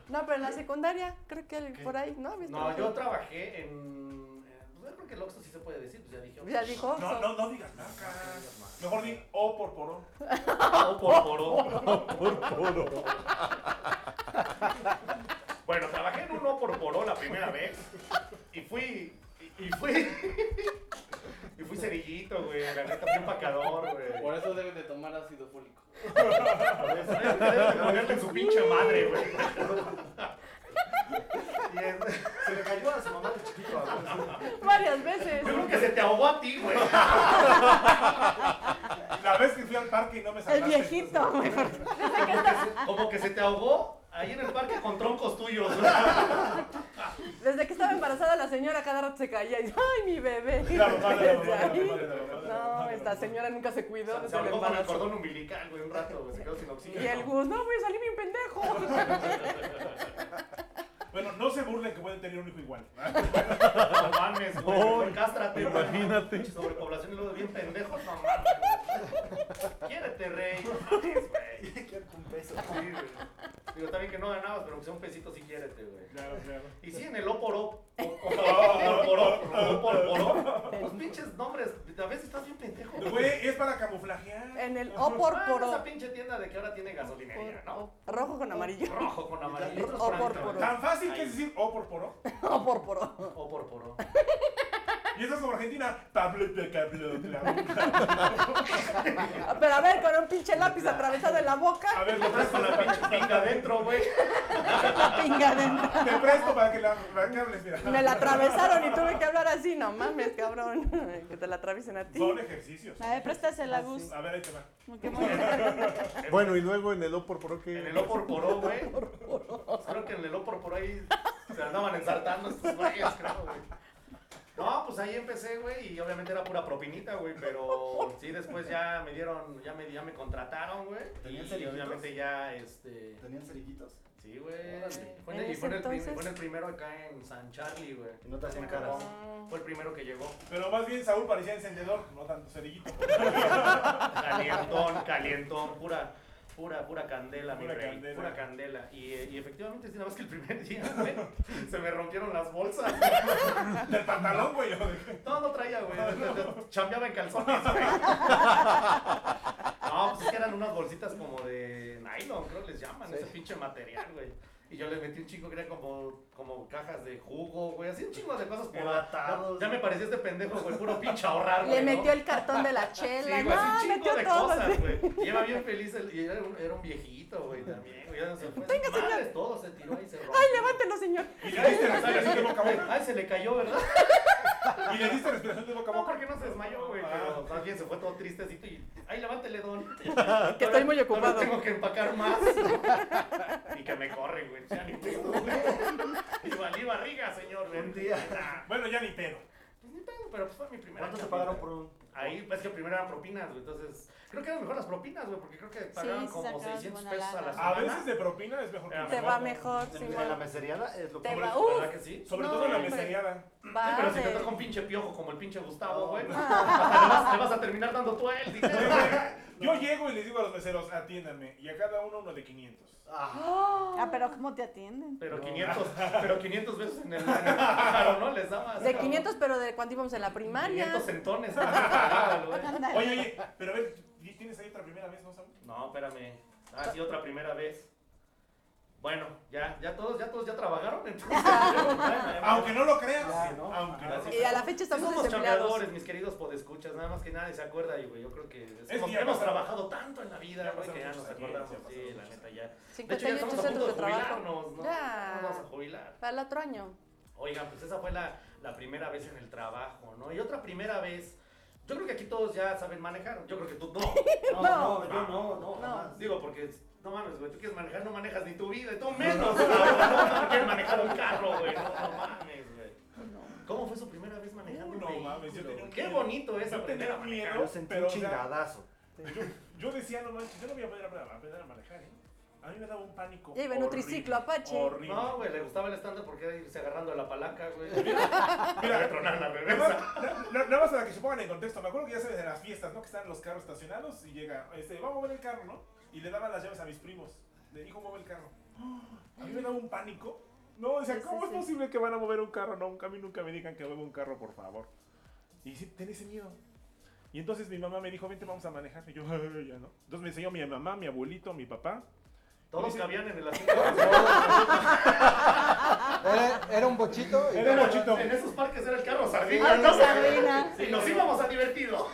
No, pero en la secundaria, creo que el- por ahí, ¿no? ¿Viste? No, yo trabajé en... eh, pues, Yo creo que el Oxxo sí se puede decir, pues ya dije. Oxxo. Ya dijo. No, son- no, no digas marcas. Mejor di O por porón. O por porón. Por porón. Bueno, trabajé en un O por porón la primera vez. Y fui. Y, y fui. Y fui cerillito, güey. La neta, fui empacador, güey. Por eso deben de tomar ácido fólico. Ponerte en su pinche madre, güey. Se le cayó a su mamá de chiquito. ¿no? Varias veces. Yo creo que se te ahogó a ti, güey. La vez que fui al parque y no me El sacaste. viejito, güey. Como que se te ahogó ahí en el parque con troncos tuyos. Desde que estaba embarazada la señora cada rato se caía y ay, mi bebé. La mamá de la mamá, la Desde mamá de la ahí. mamá, la mamá No, de la esta mamá. señora nunca se cuidó Se desde el ahogó con el embarazo. cordón umbilical, güey, un rato, güey. Se quedó sin Y oxígeno. el Gus, no, güey, salí bien pendejo. Bueno, no se burlen que pueden tener un hijo igual. No mames, güey. mejor cástrate, güey. imagínate. Sobrepoblación y luego bien pendejos, no mames. Quiérete, rey. No mames, güey. Quiero un beso. Sí, güey. Digo, está bien que no ganabas, pero que sea un pesito si quiérete, güey. Claro, claro. Y sí, en el Oporo. Oporo. Los pinches nombres. A veces estás bien pendejo. Güey, es para camuflajear. En el O por Ah, esa poro. pinche tienda de que ahora tiene gasolinería, ¿no? Rojo con amarillo. Rojo con amarillo. O por poro. Tan fácil que es decir O por porón. O por poro. O por poro. Y eso es como Argentina. Pablo de Cablo. claro. Pero a ver, con un pinche lápiz atravesado en la A boca, ver, lo presto, Con la pinche pinga adentro, güey. la pinga adentro. te presto para que, la, para que hables. Mira. Me la atravesaron y tuve que hablar así, no mames, cabrón. Que te la atraviesen a ti. Son ejercicios. A ver, préstasela, Ah, Gus. A ver, ahí te va. Qué bueno. Bueno, y luego en el O por por qué. En el O por poro, güey. Creo que en el O por poro ahí se andaban ensartando estos güeyes, creo, güey. No, pues ahí empecé, güey, y obviamente era pura propinita, güey, pero sí, después ya me dieron, ya me, ya me contrataron, güey, ¿Tenían y cerillitos? obviamente ya, este, ¿Tenían cerillitos? sí, güey, Órale. fue en, ¿En el- y ese fue en el, prim- entonces? fue en el primero acá en San Charlie, güey, Y no te hacían Me acuerdo. caras. fue el primero que llegó, Pero más bien Saúl parecía encendedor, no tanto cerillito. calientón, calientón, pura, pura, pura candela, mi Pura rey, candela. pura candela. Y, eh, y efectivamente, sí, nada más que el primer día, güey, se me rompieron las bolsas. Del pantalón, güey. No, no traía, güey. Chambeaba en calzones, güey. No, pues es que eran unas bolsitas como de nylon, creo les llaman, Sí. ese pinche material, güey. Y yo les metí un chingo que era como, como cajas de jugo, güey, así un chingo de cosas por Enlatados, Ya, ya me parecía este pendejo, güey, puro pinche ahorrar, Le güey. ¿no? metió el cartón de la Sí, chela. güey, así No, un chingo metió de todo. cosas, sí. güey. Y era bien feliz el- y era un, era un viejito, güey, también. güey, Ya no se fue. Venga, señor. Todo se tiró y se rompió. Ay, levántelo, señor. Y le diste respiración de boca a boca. Ay, se le cayó, ¿verdad? Y le diste respiración de boca a No, boca. porque no se desmayó, güey, pero Ah, más bien se fue todo tristecito y. ¡Ay, levántele, don! Que estoy muy ocupado. Ahora tengo que empacar más. y que me corre, güey. Ya ni pedo, güey. Y valí barriga, señor. Un día. Ah, Bueno, ya ni pedo. Pues ni pedo, pero pues fue mi primera. ¿Cuánto te chambita. pagaron por un.? Ahí, pues que primero eran propinas, güey. Entonces, creo que eran mejor las propinas, güey, porque creo que pagaban sí como sacabas 600 buena pesos a la lana. semana. A veces de propina es mejor que Te Te no. va mejor, En, en la Simón. meseriada es lo Te que va- Hombre, ¿Verdad que sí? Sobre No, todo en la hombre. meseriada. Va Pero si de- te toca un pinche piojo como el pinche Gustavo, güey, hasta le vas, le vas a terminar dando tú a él, dice. Yo llego y les digo a los meseros, atiéndanme. Y a cada uno uno de 500. Ah, Ah, pero ¿cómo te atienden? Pero 500, pero 500 veces en el, en el pájaro, ¿no? Les daba. De 500, pero de cuando íbamos en la primaria. 500 centones. güey. Ándale. Oye, oye, pero a ver, tienes ahí otra primera vez, ¿no, Saúl? No, espérame. Ah, sí, otra primera vez. Bueno, ya, ya todos, ya todos ya trabajaron, entonces. Aunque no lo creas. Ya, ¿no? Aunque no lo Y a la fecha Sí estamos somos desempleados. chambeadores, mis queridos podescuchas, nada más que nadie se acuerda y güey, yo creo que es que como ya que hemos pasó. trabajado tanto en la Ya vida, güey, pasaron que ya nos muchos años, acordamos, ya pasaron sí, la muchos neta ya. De hecho, ya 58 estamos a punto centros de de trabajo. jubilarnos, ¿no? Ya. Nos vamos a jubilar. Para el otro año. Oigan, pues esa fue la, la primera vez en el trabajo, ¿no? Y otra primera vez, yo creo que aquí todos ya saben manejar, yo creo que tú no. no, no, yo no, no, jamás. Digo, porque es- no mames, güey, tú quieres manejar, no manejas ni tu vida, y tú menos, cabrón. No, no quieres manejar un carro, güey, no, no mames, güey. ¿Cómo fue su primera vez manejando Uh, un no vehículo, mames, yo tenía güey? un Qué miedo. bonito es Yo aprender a tenía un manejar. miedo. Yo sentí Pero, un o sea, chingadazo. Yo decía, no manches, yo no voy a poder aprender a aprender a manejar, ¿eh? A mí me daba un pánico. Ya iba en un triciclo, Apache. Horrible. No, güey, le gustaba el estándar porque era irse agarrando la palanca, güey. Mira, Mira, tronar la Nada reversa. más- na- na- nada más para que se pongan en contexto, me acuerdo que ya sabes de las fiestas, ¿no? Que están los carros estacionados y llega, este, vamos a mover el carro, ¿no? Y le daban las llaves a mis primos. Le dijo, mueve el carro. A mí me daba un pánico. No, o sea, Sí, sí, ¿cómo es sí. posible que van a mover un carro? No, a mí nunca me digan que mueva un carro, por favor. Y sí, ten ese miedo. Y entonces mi mamá me dijo, vente, vamos a manejar. Y yo, "Ay, ya no. Entonces me enseñó mi mamá, mi abuelito, mi papá. Todos Y dice- cabían en el asiento. Era, era un bochito. y- Era un bochito. En esos parques era el carro sardina. Carro ¿no? sardina. Y nos íbamos a divertido.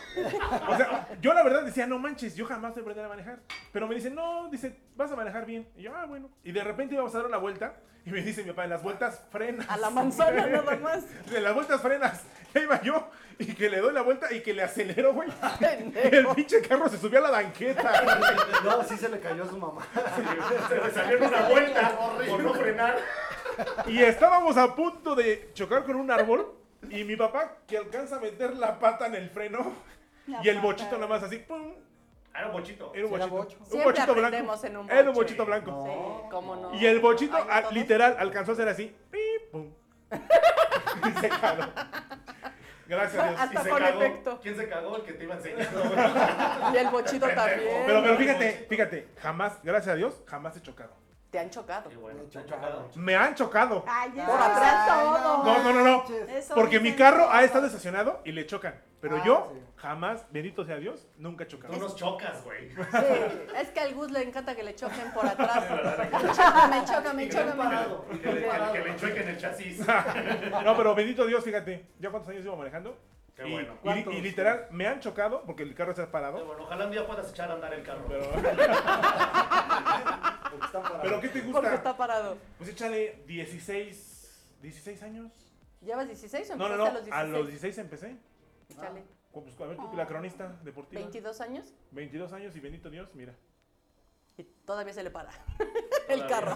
O sea, yo la verdad decía, no manches, yo jamás voy a aprender a manejar. Pero me dice, no, dice, vas a manejar bien. Y yo, ah, bueno. Y de repente íbamos a dar una vuelta. Y me dice mi papá, en las vueltas frenas. A la manzana nada más. En las vueltas frenas. Y ahí va yo. Y que le doy la vuelta y que le acelero, güey. el pinche carro se subió a la banqueta. No, sí se le cayó a su mamá. Se le salió en una vuelta por no frenar. Y estábamos a punto de chocar con un árbol. Y mi papá, que alcanza a meter la pata en el freno. La y el pata. bochito nada más así, pum. Ah, Era un bochito. Era un Era bochito. bocho. Un Siempre bochito aprendemos blanco. en un boche. Era un bochito blanco. Sí, cómo no. Y el bochito, Ay, no, ah, todos- literal, alcanzó a ser así. ¡Pip! ¡Pum! Y se cagó. Gracias a Dios. Y Hasta se con cagó. efecto. ¿Quién se cagó? El que te iba enseñando. güey. Y el bochito también. Pero, pero fíjate, fíjate, jamás, gracias a Dios, jamás he chocado. Te han chocado. Y bueno, Me te han chocaron. chocado. Me han chocado. Ay, ya Por se atrás sabe todo. No, no, no, no. manches. Eso Porque mi dicen carro todos. ha estado estacionado y le chocan. Pero Ah, yo sí. jamás, bendito sea Dios, nunca he chocado. Tú nos chocas, güey. Sí. Es que al Gus le encanta que le choquen por atrás. chócame, Y chócame, que le han chócame. parado. Y que le- que- que le chuequen el chasis. No, pero bendito Dios, fíjate, ya cuántos años iba manejando. Qué y, bueno. y- y literal, me han chocado porque el carro se ha parado. Bueno, ojalá un día puedas echar a andar el carro. Pero, Porque está parado. pero ¿qué te Porque gusta? está parado. Pues échale 16, 16 años. ¿Llevas 16 o No, no, empezaste no, a los 16? a los 16 empecé. Chale. Cu- pues, a ver, Ah. tú, la cronista deportiva. 22 años 22 años y bendito Dios, mira. y todavía se le para el carro.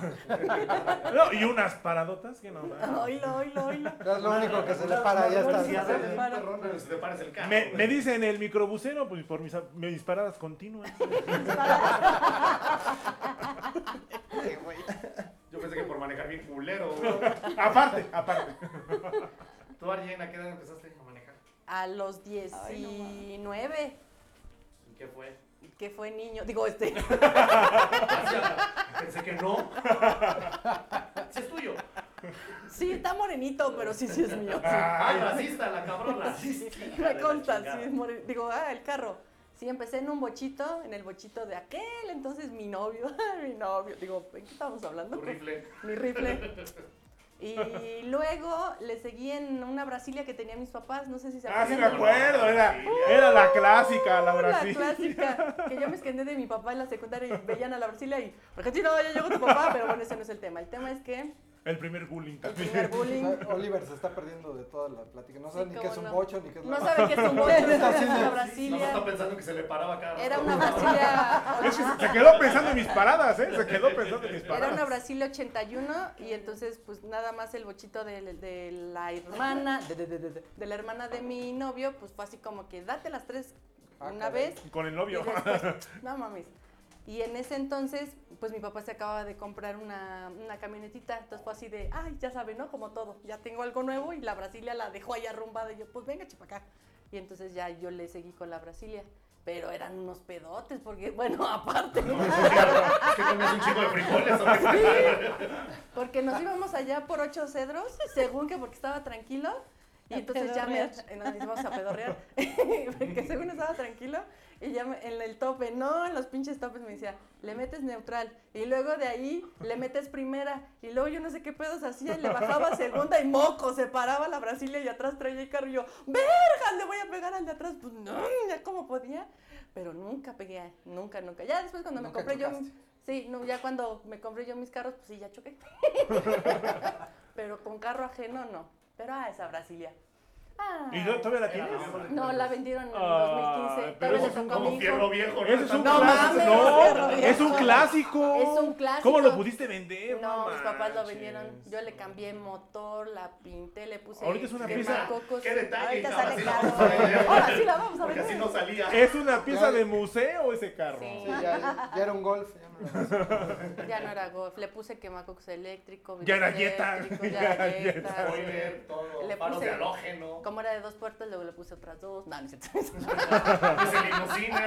No, y unas paradotas que no. man. Oilo, oilo, oilo. Es lo único que se le para, ya Bueno, está. si haces un Para. perrón, Pero si te paras el carro. Me, güey. me dicen el microbusero pues, por mis, mis paradas continuas. Yo pensé que por manejar bien culero, güey. aparte, aparte. ¿Tú, Arjen, a qué edad empezaste a manejar? A los Ay, no 19, ¿Y qué fue? que fue niño, digo este, Pensé que no. Si es tuyo. sí está morenito, pero sí, sí es mío. sí. Ah, Ay, racista, la cabrona. Me consta, sí, more- digo, ah, el carro. Sí, empecé en un bochito, en el bochito de aquel, entonces mi novio, mi novio, digo, ¿en qué estábamos hablando? Tu rifle. Mi rifle. Y luego le seguí en una Brasilia que tenían mis papás, no sé si se Ah, sí me acuerdan. acuerdo, era, era la clásica, la Uh, Brasil. clásica, que yo me escondí de mi papá en la secundaria y veían a la Brasilia y, Argentina, ya llegó tu papá, pero bueno, ese no es el tema. El tema es que El primer bullying el también. primer bullying, Oliver se está perdiendo de toda la plática. No sabe Sí, ni qué es cómo un no. bocho, ni qué es no la- sabe qué es un bocho, no sabe qué es una Nada más está Brasilia, pensando que se le paraba cada rato. era una Brasilia... Es que se- se quedó pensando en mis paradas, ¿eh? Se quedó pensando en mis Era paradas. una Brasil 81 y entonces pues nada más el bochito de, de la hermana, de, de- de- de- de- de la hermana de mi novio, pues fue así como que date las tres Ah, una caray. vez. Con el y novio. después, no mames. Y en ese entonces, pues mi papá se acaba de comprar una, una camionetita, entonces fue así de, ay, ya sabe, ¿no? Como todo, ya tengo algo nuevo y la Brasilia la dejó ahí arrumbada y yo, pues venga, chepa acá. Y entonces ya yo le seguí con la Brasilia. Pero eran unos pedotes, porque, bueno, aparte. Es que comías un chico de frijoles. ¿sabes? Porque nos íbamos allá por ocho cedros, según que porque estaba tranquilo. Y A entonces ya me pedorrear. eh, nos íbamos a pedorrear. porque según estaba tranquilo. Y ya me- en el tope, no, en los pinches topes me decía, le metes neutral. Y luego de ahí le metes primera. Y luego yo no sé qué pedos hacía. Y le bajaba segunda y moco. Se paraba la Brasilia y atrás traía el carro. Y yo, verga, le voy a pegar al de atrás. Pues no, ya como podía. Pero nunca pegué, nunca, nunca. Ya después cuando me Nunca compré yo. chocaste. Sí, no, ya cuando me compré yo mis carros, pues sí, ya choqué. Pero con carro ajeno no. Pero ah, esa Brasilia. Ah. ¿Y no- todavía la Era tienes? la- No, la vendieron en el Ah, 2015. pero Todavía eso le es un- tocó a mi Como hijo. fierro viejo. Eso es un No clásico. mames, no, Roberto. es un clásico. Es un clásico. ¿Cómo lo pudiste vender? No, mis papás lo manches. vendieron. Yo le cambié motor, la pinté, le puse. Ahorita es una pieza- quemacocos. qué detalle, Ahorita cabrón, sale sí la caro. vamos a vender. Ahora sí la vamos a Porque así vender. no salía. Es una pieza de museo ese carro. Sí. Sí, ya, ya era un golf. ya me lo- Ya no era golf. Le puse quemacocos eléctrico. Ya era vidrio Jetta. eléctrico, Ya Ya era era Jetta. Jetta. sí. Spoiler, todo. Le Paros puse- de halógeno. Como era de dos puertas, luego le puse otras dos. No, no es cierto. Dice limusina.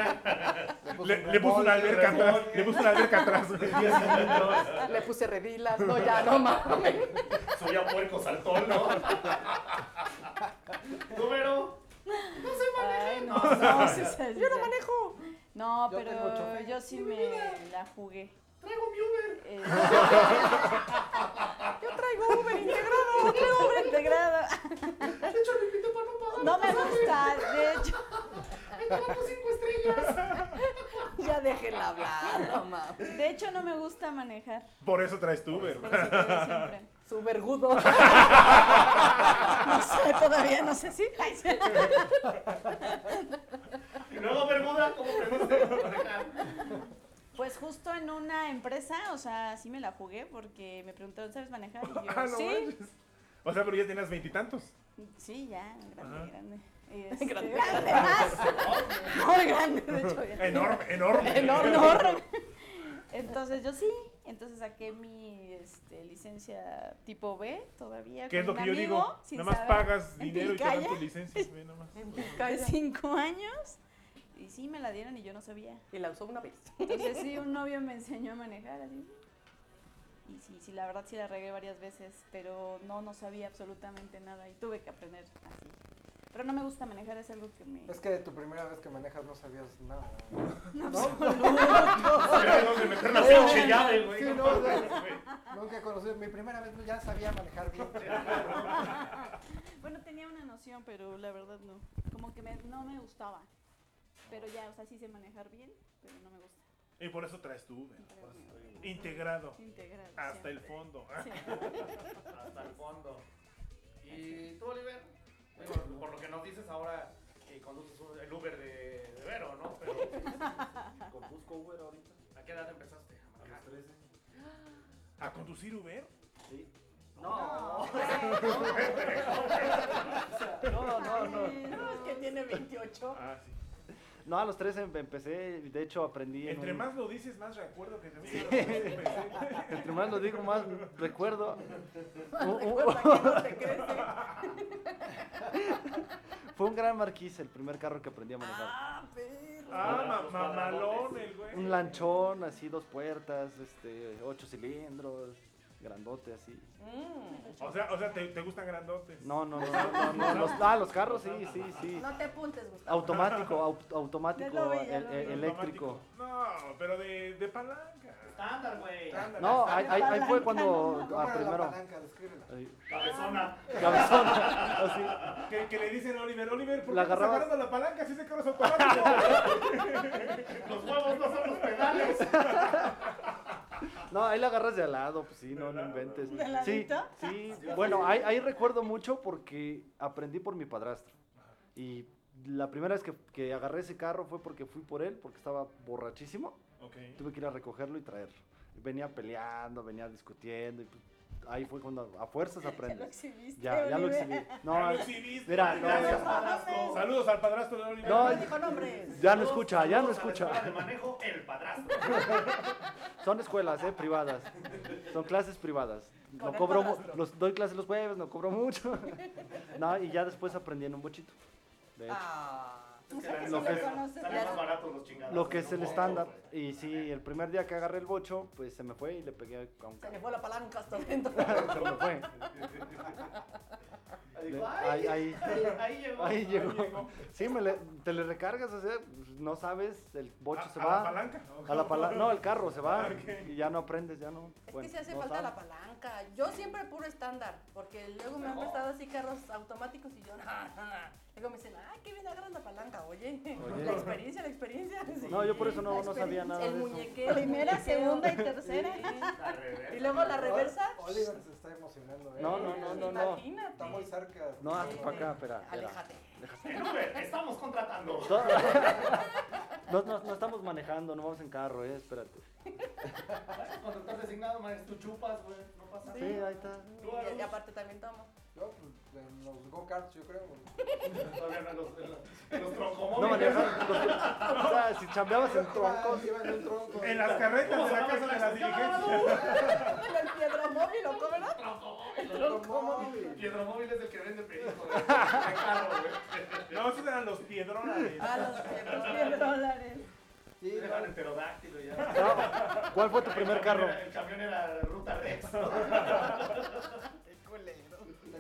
Le, le puso una remolque, alberca atrás. remolque. Le puso una alberca atrás. güey. Le puse redilas, no, ya, no mames. Soy a puerco saltón, ¿no? ¿Tú, Vero? No, sí, sí, Yo no sí. manejo. No, Yo tengo pero chofer. yo sí me la jugué. Traigo mi Uber. Eh, Yo traigo Uber integrado. Yo traigo Uber integrado. De hecho, lo invité para no pagar. No me gusta, de hecho. Me pagamos cinco estrellas. Ya déjela hablar, no mames. De hecho, no me gusta manejar. Por eso traes tu Uber. Por eso te digo siempre. Su vergudo. No sé, todavía no sé si. Ay, sí. Y luego Bermuda, ¿cómo pregunta? Pues justo en una empresa, o sea, sí me la jugué porque me preguntaron, ¿sabes manejar? Y yo, Ah, no sí, manches. O sea, pero ya tenías veintitantos. sí, ya, grande, Ajá. grande. Este, Grande. grande. más. No, grande, de hecho. ya. Enorme, enorme. Enorme. enorme. Entonces yo sí, entonces saqué mi este, licencia tipo B todavía. ¿Qué es con lo que un yo amigo, digo? sin Nada más saber, pagas en dinero y te dan Pilcaya. tu licencia. ve nomás. de cinco años y sí me la dieron y yo no sabía. Y la usó una vez. Entonces sí, un novio me enseñó a manejar así. Y sí, sí, la verdad sí la regué varias veces, pero no, no sabía absolutamente nada y tuve que aprender así. Pero no me gusta manejar, es algo que me... Es que tu primera vez que manejas no sabías nada. ¿No? Era donde meter la pinche llave, güey. Sí, No no, o sea, mames, güey. Nunca conocí. Mi primera vez ya sabía manejar bien. Bueno, tenía una noción, pero la verdad no. Como que me- no me gustaba. Pero ya, o sea, sí sé manejar bien, pero no me gusta. Y por eso traes tu Uber. Pero me gusta Integrado. Integrado. Hasta el siempre. fondo. Hasta el fondo. ¿Y tú, Oliver? Digo, por lo que nos dices ahora que conduces un- el Uber de, de Vero, ¿no? Pero Conduzco Uber ahorita, ¿a qué edad empezaste? a los 13. ¿A conducir Uber? ¿Sí? No, No, no, no. Sí, No, es que tiene 28. Ah, sí. No, a los 13 em- empecé, de hecho aprendí. en Entre un- más lo dices, más recuerdo que también. empecé. Entre más lo digo, más Recuerda recuerdo. que no te crece. Fue un gran marquís el primer carro que aprendí a manejar. Ah, perro. Ah, ma- mamalón el güey. Un lanchón, así, dos puertas, este, ocho cilindros, grandote, así. Mm. O sea, o sea te, te gustan grandotes. No, no, no, no, no, los, ah, los carros, sí, sí, sí. No te apuntes, Gustavo. Automático, au- automático, Ya lo vi, ya el- lo el- vi. eléctrico. Automático. No, pero de, de palanca. Estándar, güey. Estándar. No, ahí, ahí- ahí fue cuando, ¿Cómo ah, era la primero, palanca? Descríbela. ahí, Cabezona. cabezón, así. Que, que le dicen a Oliver, Oliver, ¿por qué La estás agarrabas- agarrando la palanca si ese carro es automático? Los huevos no son los pedales. No, ahí la agarras de al lado, pues sí, no, no inventes. ¿De Sí, ladito? sí. Bueno, ahí, ahí recuerdo mucho porque aprendí por mi padrastro. Y la primera vez que, que agarré ese carro fue porque fui por él, porque estaba borrachísimo. ok. Tuve que ir a recogerlo y traerlo. Venía peleando, venía discutiendo. Y pues, ahí fue cuando a Ya fuerzas lo aprendes. exhibiste, Ya, ya lo Oliver. exhibí. Ya No, lo exhibiste. mira, no. Gracias, mames. padrastro. Saludos al padrastro de Oliver. No, No dijo nombres. ya no escucha, ya Saludos a no la escuela de escucha. manejo, el padrastro. Son escuelas, eh, privadas. Son clases privadas. No Con el cobro, mu- padrastro. los, doy clases los jueves, no cobro mucho. No, y ya después aprendí en un bochito. De hecho. Ah. O sea, que Lo sí que me es- conoces. Salen más baratos los chingados. Lo que es el estándar. Y sí, el primer día que agarré el bocho, pues se me fue y le pegué a un Se carro. le fue la palanca hasta adentro. Se me fue. Le- Ahí, ahí, Ahí llegó. ahí llegó. Sí, me le- te le recargas, o sea, no sabes, el bocho A- se a va. la palanca? A la pala- No, el carro se Ah, va ok. y ya no aprendes, ya no. Es bueno, que se hace no falta la sabes. palanca. Yo siempre puro estándar, porque luego me han prestado así carros automáticos y yo, "Nah, nah". Luego me dicen, ah, qué bien agarras la palanca, oye. Oye. La experiencia, la experiencia. sí. No, yo por eso no, La no sabía experiencia, nada El de eso. muñequeo. el Primera, muñequeo. segunda y tercera. Sí. revés. Y luego la reversa. Oliver se está emocionando, ¿eh? No, no, no, no, no. Imagínate. Está muy cerca. No, hazte para acá, espera. espera. Aléjate. En Uber, estamos contratando. No, No, no, no estamos manejando, no vamos en carro, eh, espérate. Cuando estás designado, maestro, tú chupas, güey. No pasa Sí, ahí está. Y, y aparte también tomo. Yo, pues, en los go-karts, yo creo. nada. Todavía no los- los- los No troncomóviles. manejaban. los- o sea, si chambeabas en troncos. Iba en un tronco. En las carretas de la casa de las dirigencias. El piedra móvil, ¿o cómo era? Automóvil. Piedromóvil es el que vende perico, güey. De carro, güey. No, esos eran los piedrones. Ah, los piedras. Los 10 dólares. Sí, Le van no, el pterodáctilo ya. No, ¿Cuál fue tu primer El carro? camión era- El camión era Ruta Rex.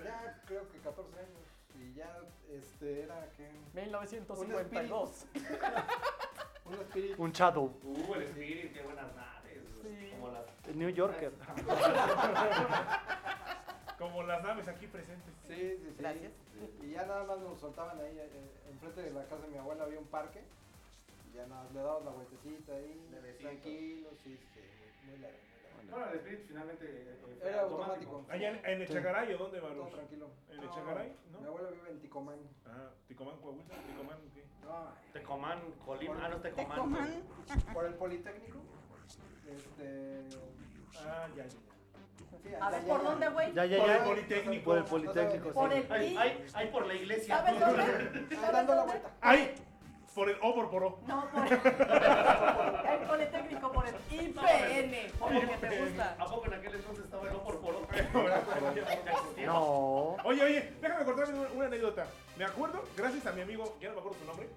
tenía creo que 14 años. Y ya este, era que... 1952. Un espíritu. Un Shadow. Uh, el Spirit, qué buenas naves. Como las... El New Yorker. Como las naves aquí presentes. Sí, sí, sí. Y ya nada más nos soltaban ahí, eh, enfrente de la casa de mi abuela había un parque. Y ya nada, más le dabas la vueltecita ahí, tranquilo, sí, sí, muy, muy leve, muy leve. Bueno, el espíritu finalmente eh, fue Era automático. Allá en, en Echagaray, ¿o dónde, Baruch? Todo tranquilo. ¿En Echagaray? ¿No? Mi abuela vive en Ticomán. Ah, Ticomán, Coahuila, Ticomán, ¿qué? Tecomán, Colima. Ah, no, Tecomán. Por el Politécnico. Este. Ah, ya, ya. Sí, A ver, ¿por dónde, güey? Ya, ya, Por ya. el Politécnico. Por el Politécnico, Por sí. el Ay, PRI. ay, ay, por la iglesia. ¿Sabes dónde? Ahí dando la vuelta. ¡Ay! Por oh. el Oborporo. No, por el Politécnico, por el IPN. Por ¿A poco lo que te gusta. ¿A poco en aquel entonces estaba el por poro? No. Oye, oye, déjame contarme una, una anécdota. Me acuerdo, gracias a mi amigo, ya no me acuerdo su nombre.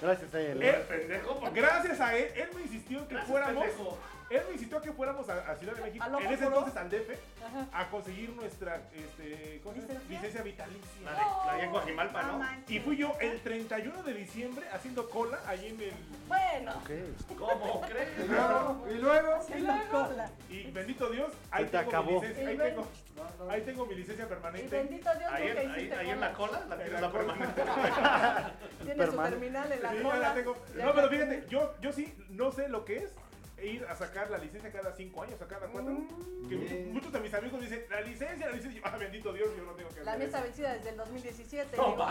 Gracias eh. a él. Él- Pendejo, porque gracias a él, él me insistió en que Gracias, fuéramos. pendejo. Él me insistió a que fuéramos a, a Ciudad de México, ¿A Lobo en ese Buró? entonces al DF, Ajá. a conseguir nuestra este, ¿cómo se llama? ¿Licencia? licencia vitalicia. La de- la de Guajimalpa, No ¿no? manches. Y fui yo el 31 de diciembre haciendo cola ahí en el. Bueno, Ok. ¿Cómo crees? Y luego, y luego. y luego, Y bendito Dios, ahí Se te tengo acabó. mi licencia. Ahí Y ven- tengo, No, no. ahí tengo mi licencia y permanente. bendito Dios, Ahí, en- nunca ahí, hiciste ahí en la cola, la En tienes la la cola. permanente. Tiene su Superman. terminal en la Sí, cola. ya la tengo. Ya No, pero la- fíjate, yo, yo sí no sé lo que es ir a sacar la licencia cada cinco años o cada cuatro. Mm, Que muchos, Bien. muchos de mis amigos dicen, la licencia, la licencia. Y yo, Ah, bendito Dios, yo no tengo que La hacer mía eso. está vencida desde el 2017. No, digo.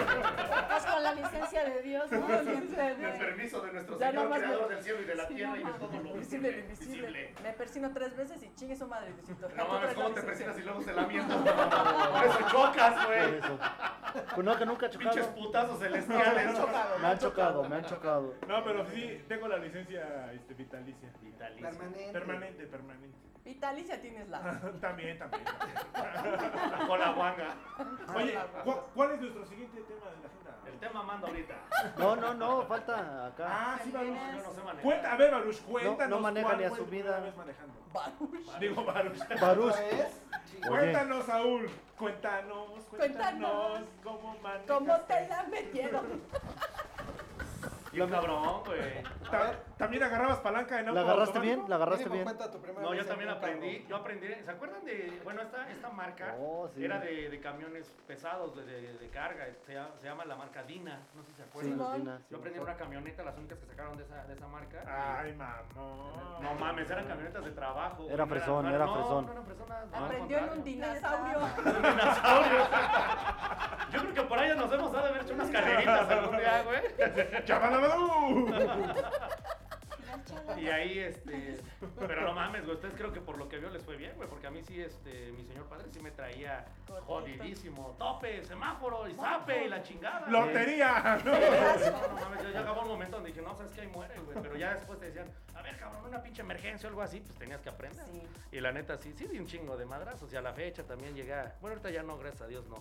Estás con la licencia de Dios, ¿no? La licencia de Con el Dios. permiso de nuestro Ya Señor, nada más creador me- del cielo y de la Sí, tierra y de nada todo lo Visible, visible. invisible. visible. Me persino tres veces y chingue su madre, No Luisito. Tú mames, traes ¿cómo la te licencia. persinas y luego se la mientas? Por eso chocas, Por güey. eso. Pues no, que nunca he Pinches chocado. putazos celestiales. Me han chocado, me han chocado. No, pero sí tengo la licencia este, vitalicia. Permanente. Permanente, permanente. Vitalicia tienes la. también, también. Con la guanga. Oye, Ah, ¿cu- ¿cuál es nuestro siguiente tema de la agenda? El tema manda ahorita. No, no, no, falta acá. Ah, sí, Baruch. Yo no sé manejar. Cuenta, a ver, Baruch, cuéntanos. no maneja cuál ni a fue su tu vida. primera vez manejando. Baruch. Digo, Baruch. Baruch. Otra vez. Cuéntanos, Saúl. Cuéntanos, cuéntanos Cuéntanos. cómo manejas. ¿Cómo te la metieron? Bien cabrón, güey. Ta- ¿También agarrabas palanca en auto ¿La agarraste automático? bien? ¿La agarraste Mínimo bien? cuenta tu primera No, vez yo en también un carro. aprendí. Yo aprendí. ¿Se acuerdan de.? Bueno, esta, esta marca Oh, sí. era de, de camiones pesados, de, de- de carga. Se, llama- se llama la marca Dina. No sé si se Sí, acuerdan. los Dina, sí. yo aprendí en una camioneta, las únicas que sacaron de esa, de esa marca. Ay, mamón. No mames, eran camionetas de trabajo. güey, Era no fresón, no era no, fresón. No, eran fresonas. no, al Aprendió en un contrario. dinosaurio. dinosaurio. Yo creo que por allá nos hemos de haber hecho unas carreritas algún día, güey. ¡Chabalabadú! Y ahí, este. Pero no mames, güey. Ustedes creo que por lo que vio les fue bien, güey. Porque a mí sí, este. Mi señor padre sí me traía Correcto. jodidísimo. Tope, semáforo, y zape, y la chingada. ¡Lotería! ¿no? No, no mames, yo llegaba un momento donde dije, no, sabes que ahí muere, güey. Pero ya después te decían, a ver, cabrón, una pinche emergencia o algo así, pues tenías que aprender. Sí. Y la neta, sí, sí, di un chingo de madrazos. Y a la fecha también llegué. a- Bueno, ahorita ya no, gracias a Dios, no.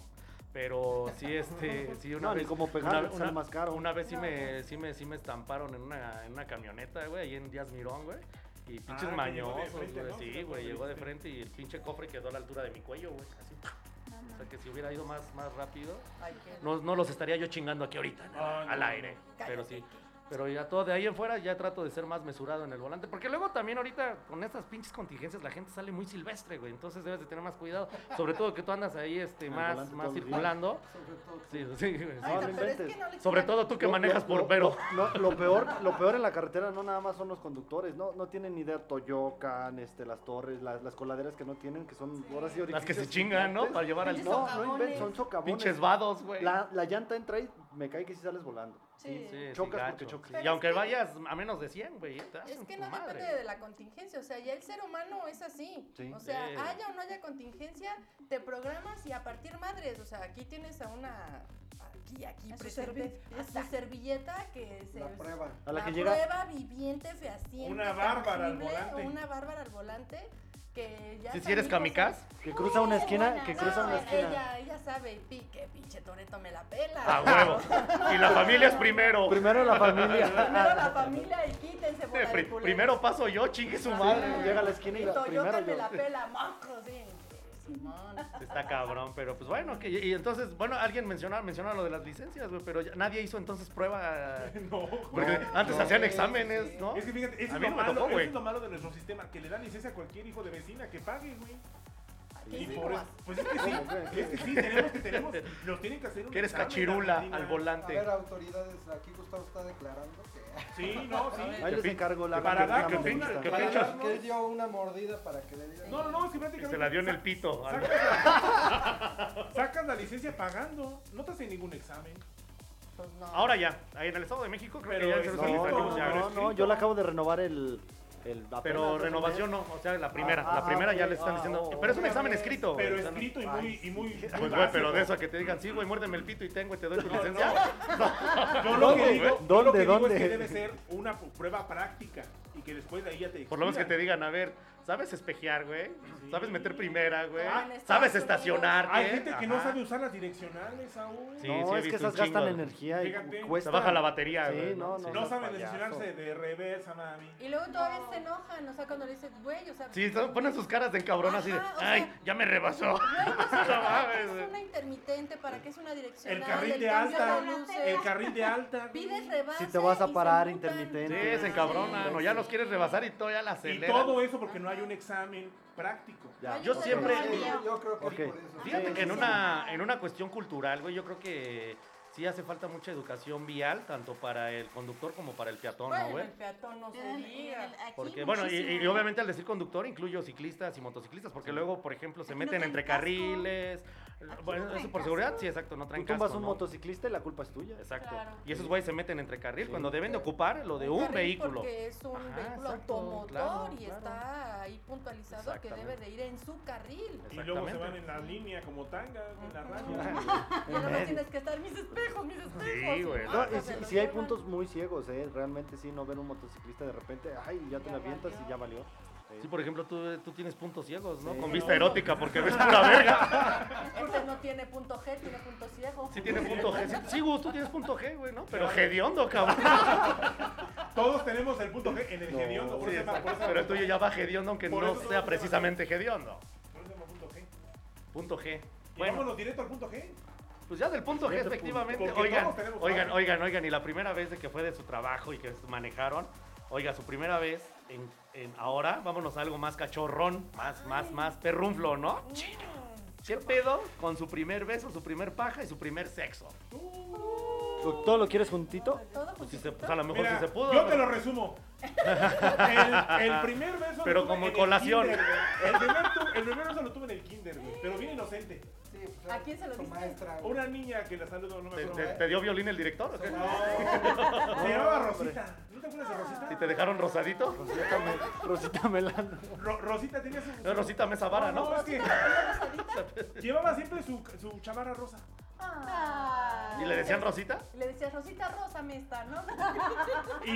Pero sí, este, sí, una No, ni vez. cómo pegarle, una- sale una- más caro. Una vez sí me, sí me, sí me estamparon en una, en una camioneta, güey, ahí en Díaz Mirón, güey. Y pinches Ah, que llegó de mañosos, frente, güey. ¿no? Sí, Se la güey, puso llegó de de frente y el pinche cofre quedó a la altura de mi cuello, güey. Así. O sea que si hubiera ido más, más rápido, Ay, qué- no, no los estaría yo chingando aquí ahorita, ¿no? Ah, no, al aire. no. Pero sí. Pero ya todo de ahí en fuera ya trato de ser más mesurado en el volante. Porque luego también ahorita con estas pinches contingencias la gente sale muy silvestre, güey. Entonces debes de tener más cuidado. Sobre todo que tú andas ahí este, Al más, volante más todo el día. circulando. Sobre todo. Sí, sí, güey, No, Ay, sí. no, no pero es que inventes. no le Sobre quitan- todo tú que Lo- manejas lo- por lo- pero. No, lo peor, lo peor en la carretera no nada más son los conductores, no, no tienen ni idea Toyocan, este, las torres, las, las coladeras que no tienen, que son ahora sí Las que se orificios chingan, ¿no? gigantes. Para llevar al No, no socavones. inventes, son socavones. pinches vados, güey. La, la llanta entra y me cae que si sales volando. Sí. Sí, sí, Chocas gacho. porque chocas. Pero Y es aunque que- vayas a menos de 100, güey. te Es hacen que tu no madre. depende de la contingencia, o sea, ya el ser humano es así. Sí. O sea, Sí. haya o no haya contingencia, te programas y a partir madres, o sea, aquí tienes a una aquí aquí A su presente, servilleta. a su servilleta que se La prueba. A la que la llega- prueba viviente fehaciente. Una bárbara al tangible, volante. Una bárbara al volante que ya Sí, si sabe, eres hijo, kamikaze. ¿sabes? Que cruza una Uy, esquina, buena. que No, cruza No, una esquina. ella, ella sabe, pi, que pinche Toreto me la pela. A huevo. Y la familia es primero. Primero la familia. Primero la familia y quítense bola de Este, Pri- culeros. primero paso yo, chingue su Sí, madre. llega a la esquina y Y la, Toyota primero me yo. la pela, mocos, sí. Simón. Está cabrón, pero pues bueno, que, y entonces, bueno, alguien menciona, menciona lo de las licencias, güey, pero ya- nadie hizo entonces prueba. No. Porque antes hacían Sí, exámenes, sí. ¿no? Es que fíjate, eso A es, mí lo no me malo, tocó, eso güey. es lo malo de nuestro sistema, que le dan licencia a cualquier hijo de vecina que pague, güey. ¿Qué Y hicimos? por eso- pues es que sí, es que sí, tenemos que tenemos, nos tienen que hacer un Que eres examen, cachirula Argentina. al volante. A ver, autoridades, aquí Gustavo está declarando que. Sí, no, sí. A ver. Ahí les encargo la- Para que- darnos que- una- que- que para pinchas. darnos- que él dio una mordida para que le dieran. No, no, no, es que Se prácticamente. la dio en el pito. Sacas la licencia pagando, no te hacen ningún examen. Ahora ya, ahí en el Estado de México creo Pero que ya se es- los no, habilitaron, no, ya. no, No, yo le acabo de renovar el. el apenas Pero hace un renovación mes. no, o sea, la primera, Ah, la primera ah, ya ok, le están ah, diciendo, oh, pero es un otra examen vez. escrito. güey, Pero o sea, no- escrito y muy, y muy. Pues güey, pero de eso a que te digan, sí, güey, muérdeme el pito y tengo y te doy tu licencia. Yo lo que ¿Dónde, digo, güey? yo lo ¿Dónde, que digo dónde? es que debe ser una pu- prueba práctica y que después de ahí ya te Por lo menos que expidan. te digan, a ver, ¿sabes espejear, güey? ¿Sabes meter primera, güey? Ah, en Estados ¿Sabes Unidos. estacionar? Hay gente que no sabe usar las direccionales aún. ¿eh? Sí, No, sí, he es que visto un esas gastan chingo. energía y cu- cuesta- Se baja la batería, Sí, güey, no, No, no, no, saben payaso. direccionarse de reversa, mami. Y luego todavía se enojan, o sea, cuando le dices, güey, o sea. Sí, so- ponen sus caras de encabrón así de, Ajá, o sea, ay, ya me rebasó. güey, o sea, No ¿para qué mames, es güey. una intermitente? ¿Para qué es una direccional? El carril de cambio alta, luces? el carril de alta. Pides rebase. Si te vas a parar Sí, intermitente. se encabronan, o ya los quieres rebasar y todo ya la Y acelera. todo eso porque no hay un examen práctico. Ya, Yo ok. siempre- Yo creo que Ok. por eso. Fíjate que en una, en una cuestión cultural, güey, yo creo que sí hace falta mucha educación vial, tanto para el conductor como para el peatón, ¿no, Bueno, güey? el peatón no se Eh, En el- diga. en el- aquí Porque, bueno, y, y muchísimo. obviamente al decir conductor incluyo ciclistas y motociclistas, porque luego, por ejemplo, se Aquí no meten traen entre casco. carriles. Bueno, traen eso por seguridad, sí, exacto, no traen Tú tumbas casco, un ¿no? motociclista y la culpa es tuya. Exacto. Claro. Y esos güeyes se meten entre carril Sí, cuando deben de ocupar lo de un, carril vehículo. Porque es un Ajá, vehículo exacto, automotor claro, y claro. está ahí puntualizado que debe Exactamente. de ir en su carril. Y luego se Exactamente. van en la línea como tanga, en la Y luego raya. tienes que estar mis espejos, mis espejos. Sí, güey. No, Ah, y pues si, se lo si hay llevan. puntos muy ciegos, ¿eh? Realmente sí, no ver un motociclista de repente, ay, ya te la avientas y ya valió. Sí. Sí, por ejemplo, tú, tú tienes puntos ciegos, ¿no? Sí. Con No. vista erótica, porque ves pura verga. Este no tiene punto G, tiene punto ciego. Sí tiene punto G. Sí, Sí, Gus, tú tienes punto G, güey, ¿no? Pero hediondo, cabrón. Todos tenemos el punto G en el hediondo. Por Sí, eso se llama- por exacto. eso se Pero el llama- tuyo ya va hediondo, aunque Por no eso- sea precisamente hediondo. por eso se llama punto G. Punto G. Y Bueno, vámonos directo al punto G. pues ya del punto G, Siguiente efectivamente. punto. Porque Oigan, todos tenemos oigan, algo. oigan, oigan. Y la primera vez de que fue de su trabajo y que manejaron, oiga, su primera vez en, en- ahora, vámonos a algo más cachorrón, más, más, más perrunflo, ¿no? ¿Qué pedo con su primer beso, su primer paja y su primer sexo? ¿Todo lo quieres juntito? Todo Pues, si se- pues, a lo mejor Mira, si se pudo. Yo te pero- lo resumo. El, el primer beso. lo Pero tuve como en el colación. kinder, güey. El primer, tu- el primer beso lo tuve en el kinder, güey, Pero bien inocente. Sí, pues, ¿A quién se lo su diste? maestra. güey. Una niña que la saludo, no me ¿Te, acuerdo. te- te dio violín el director? o qué? No, se llamaba Rosita. ¿No te acuerdas de Rosita? ¿Y Ah. te dejaron rosadito? Rosita, Me- Rosita Melano. Ro- Rosita tenía su. No, Rosita Mesa Vara, ¿no? es que llevaba siempre su, su chamarra rosa. Ah. ¿Y le decían Rosita? Y le decías, Rosita Rosa me está, ¿no? Y, y,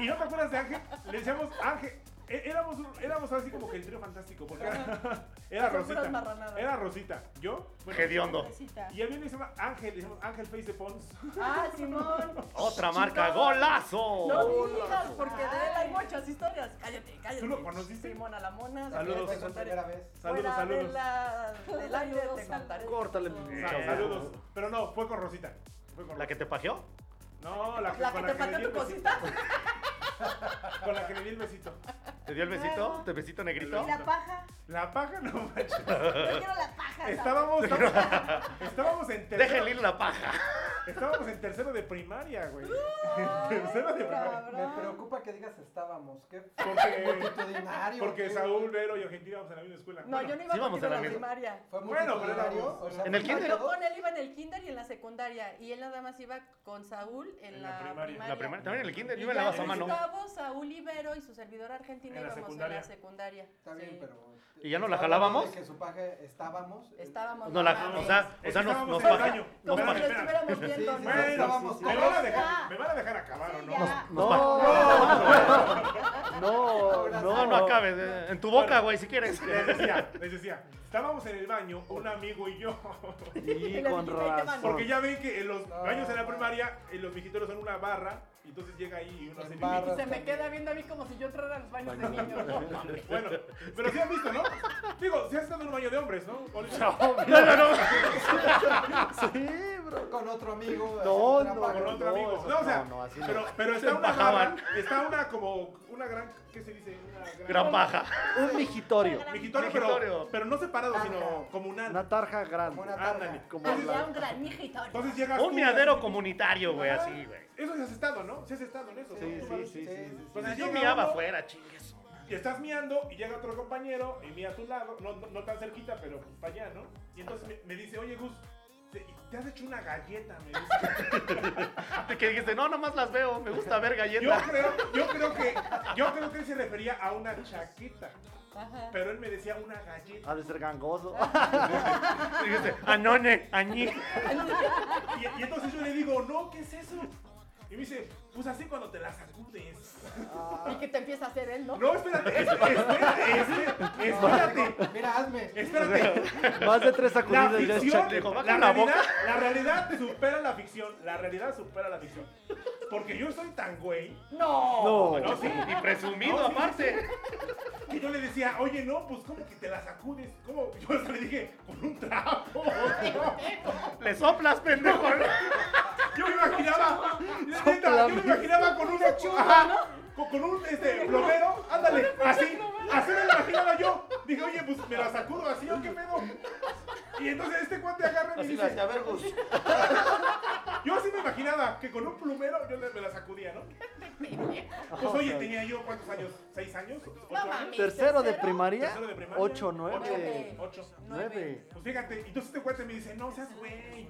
y- y no te acuerdas de Ángel. Le decíamos Ángel. É- Éramos, un- éramos así como que el trío fantástico. Porque era, era Son puras Rosita. marranadas. Era Rosita. Yo. bueno, Hediondo. Rosita. Y había uno que se llama Ángel, le llamamos Ángel Face de Pons. Ah, Simón. Otra marca, golazo. No digas, porque de él hay muchas historias. Cállate, cállate. ¿Tú lo conociste? Simón a la mona. Saludos. Fue su primera vez. Saludos, Fuera de saludos. la, del aire te contaré. Córtale. Sa- Eh. Saludos. Pero no, fue con Rosita. Fue con ¿La que Rosita. te pajeó? No, la que, La con que la te que le pateó di el tu besito. cosita. Con la que le di el besito. ¿Te dio el besito? ¿Te besito negrito? Y la paja. La paja no manches. Yo quiero la paja. ¿sabes? Estábamos, estábamos, estábamos en tercero. Déjenle ir la paja. Estábamos en tercero de primaria, güey. En tercero de primaria. Me preocupa que digas estábamos. ¿Qué? Porque, multitudinario, porque ¿qué? Saúl, Vero y Argentina vamos a la misma escuela. No, yo no iba Sí, vamos contigo a a la la misma. primaria. Fue Bueno, pero era- multitudinario, o sea, En el fue- kinder. Yo con él iba en el kinder y en la secundaria. Y él nada más iba con Saúl en, En la la, primaria. primaria. La primera, también en el kinder, Y yo me ya lavas a mano. Gustavo, Saúl Ibero y su servidor argentino En la íbamos en secundaria. la secundaria. Está bien, Sí. pero. ¿Y ya no la Está hablando jalábamos? de Que su paja estábamos. eh, Estábamos. No, la, o sea, o sea, nos, nos pajeó. Como Espérame, si lo estuviéramos espérame. Sí, sí, viendo. sí, ¿no? Bueno, estábamos ¿Me todos. van, a dejar, ¿Me van a dejar acabar o Sí, no? ya. No, no, no, No, no acabes. eh, En En tu boca, güey, si quieres. Les decía, les decía, estábamos en el baño, un amigo y yo. Y con razón. Porque ya ven que en los baños en la primaria, en los viejitos son una barra, y entonces llega ahí y uno hace pipí. Y se me queda viendo a mí como si yo entrara a los baños de niños. Bueno, pero si has visto, ¿no? Digo, si has estado en un baño de hombres, ¿no? Oliver? No, no, no. Sí, bro. Con otro amigo. No, así, no, trampa, Con otro amigo. No, o sea, no, así no. pero, pero está una Bajaban. barra, está una como, una gran, ¿qué se dice? Una gran... Gran paja. Un migitorio. Mijitorio, pero, Mijitorio. pero no separado, sino comunal. Una tarja grande. Como una tarja. Ándale. Como Había la- un gran mijitorio. Entonces llegas Un tú- miadero comunitario, güey, así, güey. Eso sí has estado, ¿no? Sí has estado en eso. Sí, ¿no? sí, sí, sí. Entonces Yo llega miaba uno afuera, chingues. Y estás miando y llega otro compañero y mira a tu lado, no, no, no tan cerquita, pero pues para allá, ¿no? Y entonces me, me dice, oye Gus, te, te has hecho una galleta, me dice. De que dijiste, no, nomás las veo, me gusta ver Yo galletas. creo, yo creo que, yo creo que él se refería a una chaqueta, Ajá. pero él me decía una galleta. Ha de ser gangoso. Dijiste, anone, añí. Y, y entonces yo le digo, no, ¿qué es eso? Y me dice, pues así cuando te la sacudes. Y que te empieza a hacer él, ¿no? No, espérate, es- espérate, espérate, espérate, Mira, hazme. espérate. Más de tres La sacudidas ya es ficción, chaqueta. Dijo, la, baja la boca. realidad, la realidad supera la ficción. La realidad supera la ficción. Porque yo soy tan güey No. No, sí, y presumido No, sí. aparte. que yo le decía, oye, no, pues ¿cómo que te la sacudes? ¿Cómo? Yo hasta le dije, con un trapo. Le soplas, pendejo. Yo me imaginaba, la neta, yo me imaginaba con un Ajá, con, con un este, plomero, ándale, así, así me la imaginaba yo. Dije, oye, pues me la sacudo así, ¿o qué pedo? Y entonces este cuate agarra y me Así dice, las de a ver, pues, Gus. Yo así me imaginaba que con un plumero yo le- me la sacudía, ¿no? Pues oye, tenía yo cuántos años, ¿seis años? ¿Ocho No años? mames. Tercero de ¿Tercero? primaria. Tercero de primaria. Ocho, Ocho, nueve. Ocho. Nueve. Pues fíjate, entonces este cuate me dice, no seas güey.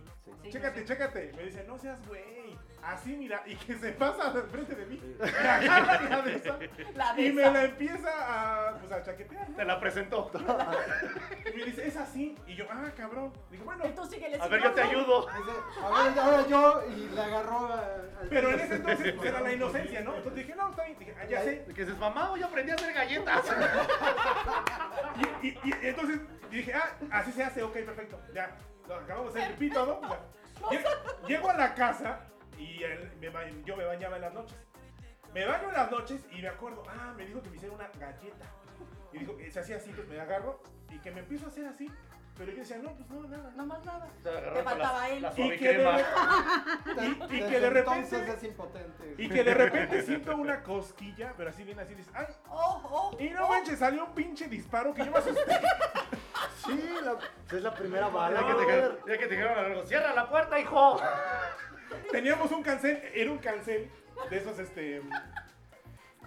Chécate, chécate. Me dice, no seas güey. Así mira, y que se pasa de frente de mí. Me agarra la de esa La de y me esa. la empieza a, pues, a chaquetear, ¿no? Te la presentó. Y me dice, es así. Y yo, ah, cabrón. Digo, bueno, Tú síguele, A ver, yo te síguele. ayudo. Dice, a ver, ahora yo. Y le agarró a- al. pero en ese entonces pues, era la inocencia, ¿no? Entonces dije, no, está bien. Dije, ah, ya sé. De Que dices, mamá, hoy aprendí a hacer galletas. Y, y- y entonces dije, ah, así se hace, ok, perfecto. Ya, lo acabamos de hacer pipí y todo. ya. Lle- Llego a la casa y el- me ba- yo me bañaba en las noches. Me baño en las noches y me acuerdo, ah, me dijo que me hiciera una galleta. Y dijo, eh, se hacía así, pues me agarro y que me empiezo a hacer así. Pero yo decía, no, pues no, nada. No más nada. Te faltaba él. La Y que, de, suavicrema. y- y Desde que de Entonces repente, es impotente. y que de repente siento una cosquilla, pero así bien así, dices, ay. Oh, oh. Y no manches, salió un pinche disparo que yo me asusté. Sí, la- pues, es la primera bala. Ya que te brother. dijeron- ya que te dijeron algo, cierra la puerta, hijo. Teníamos un cancel, era un cancel de esos, este.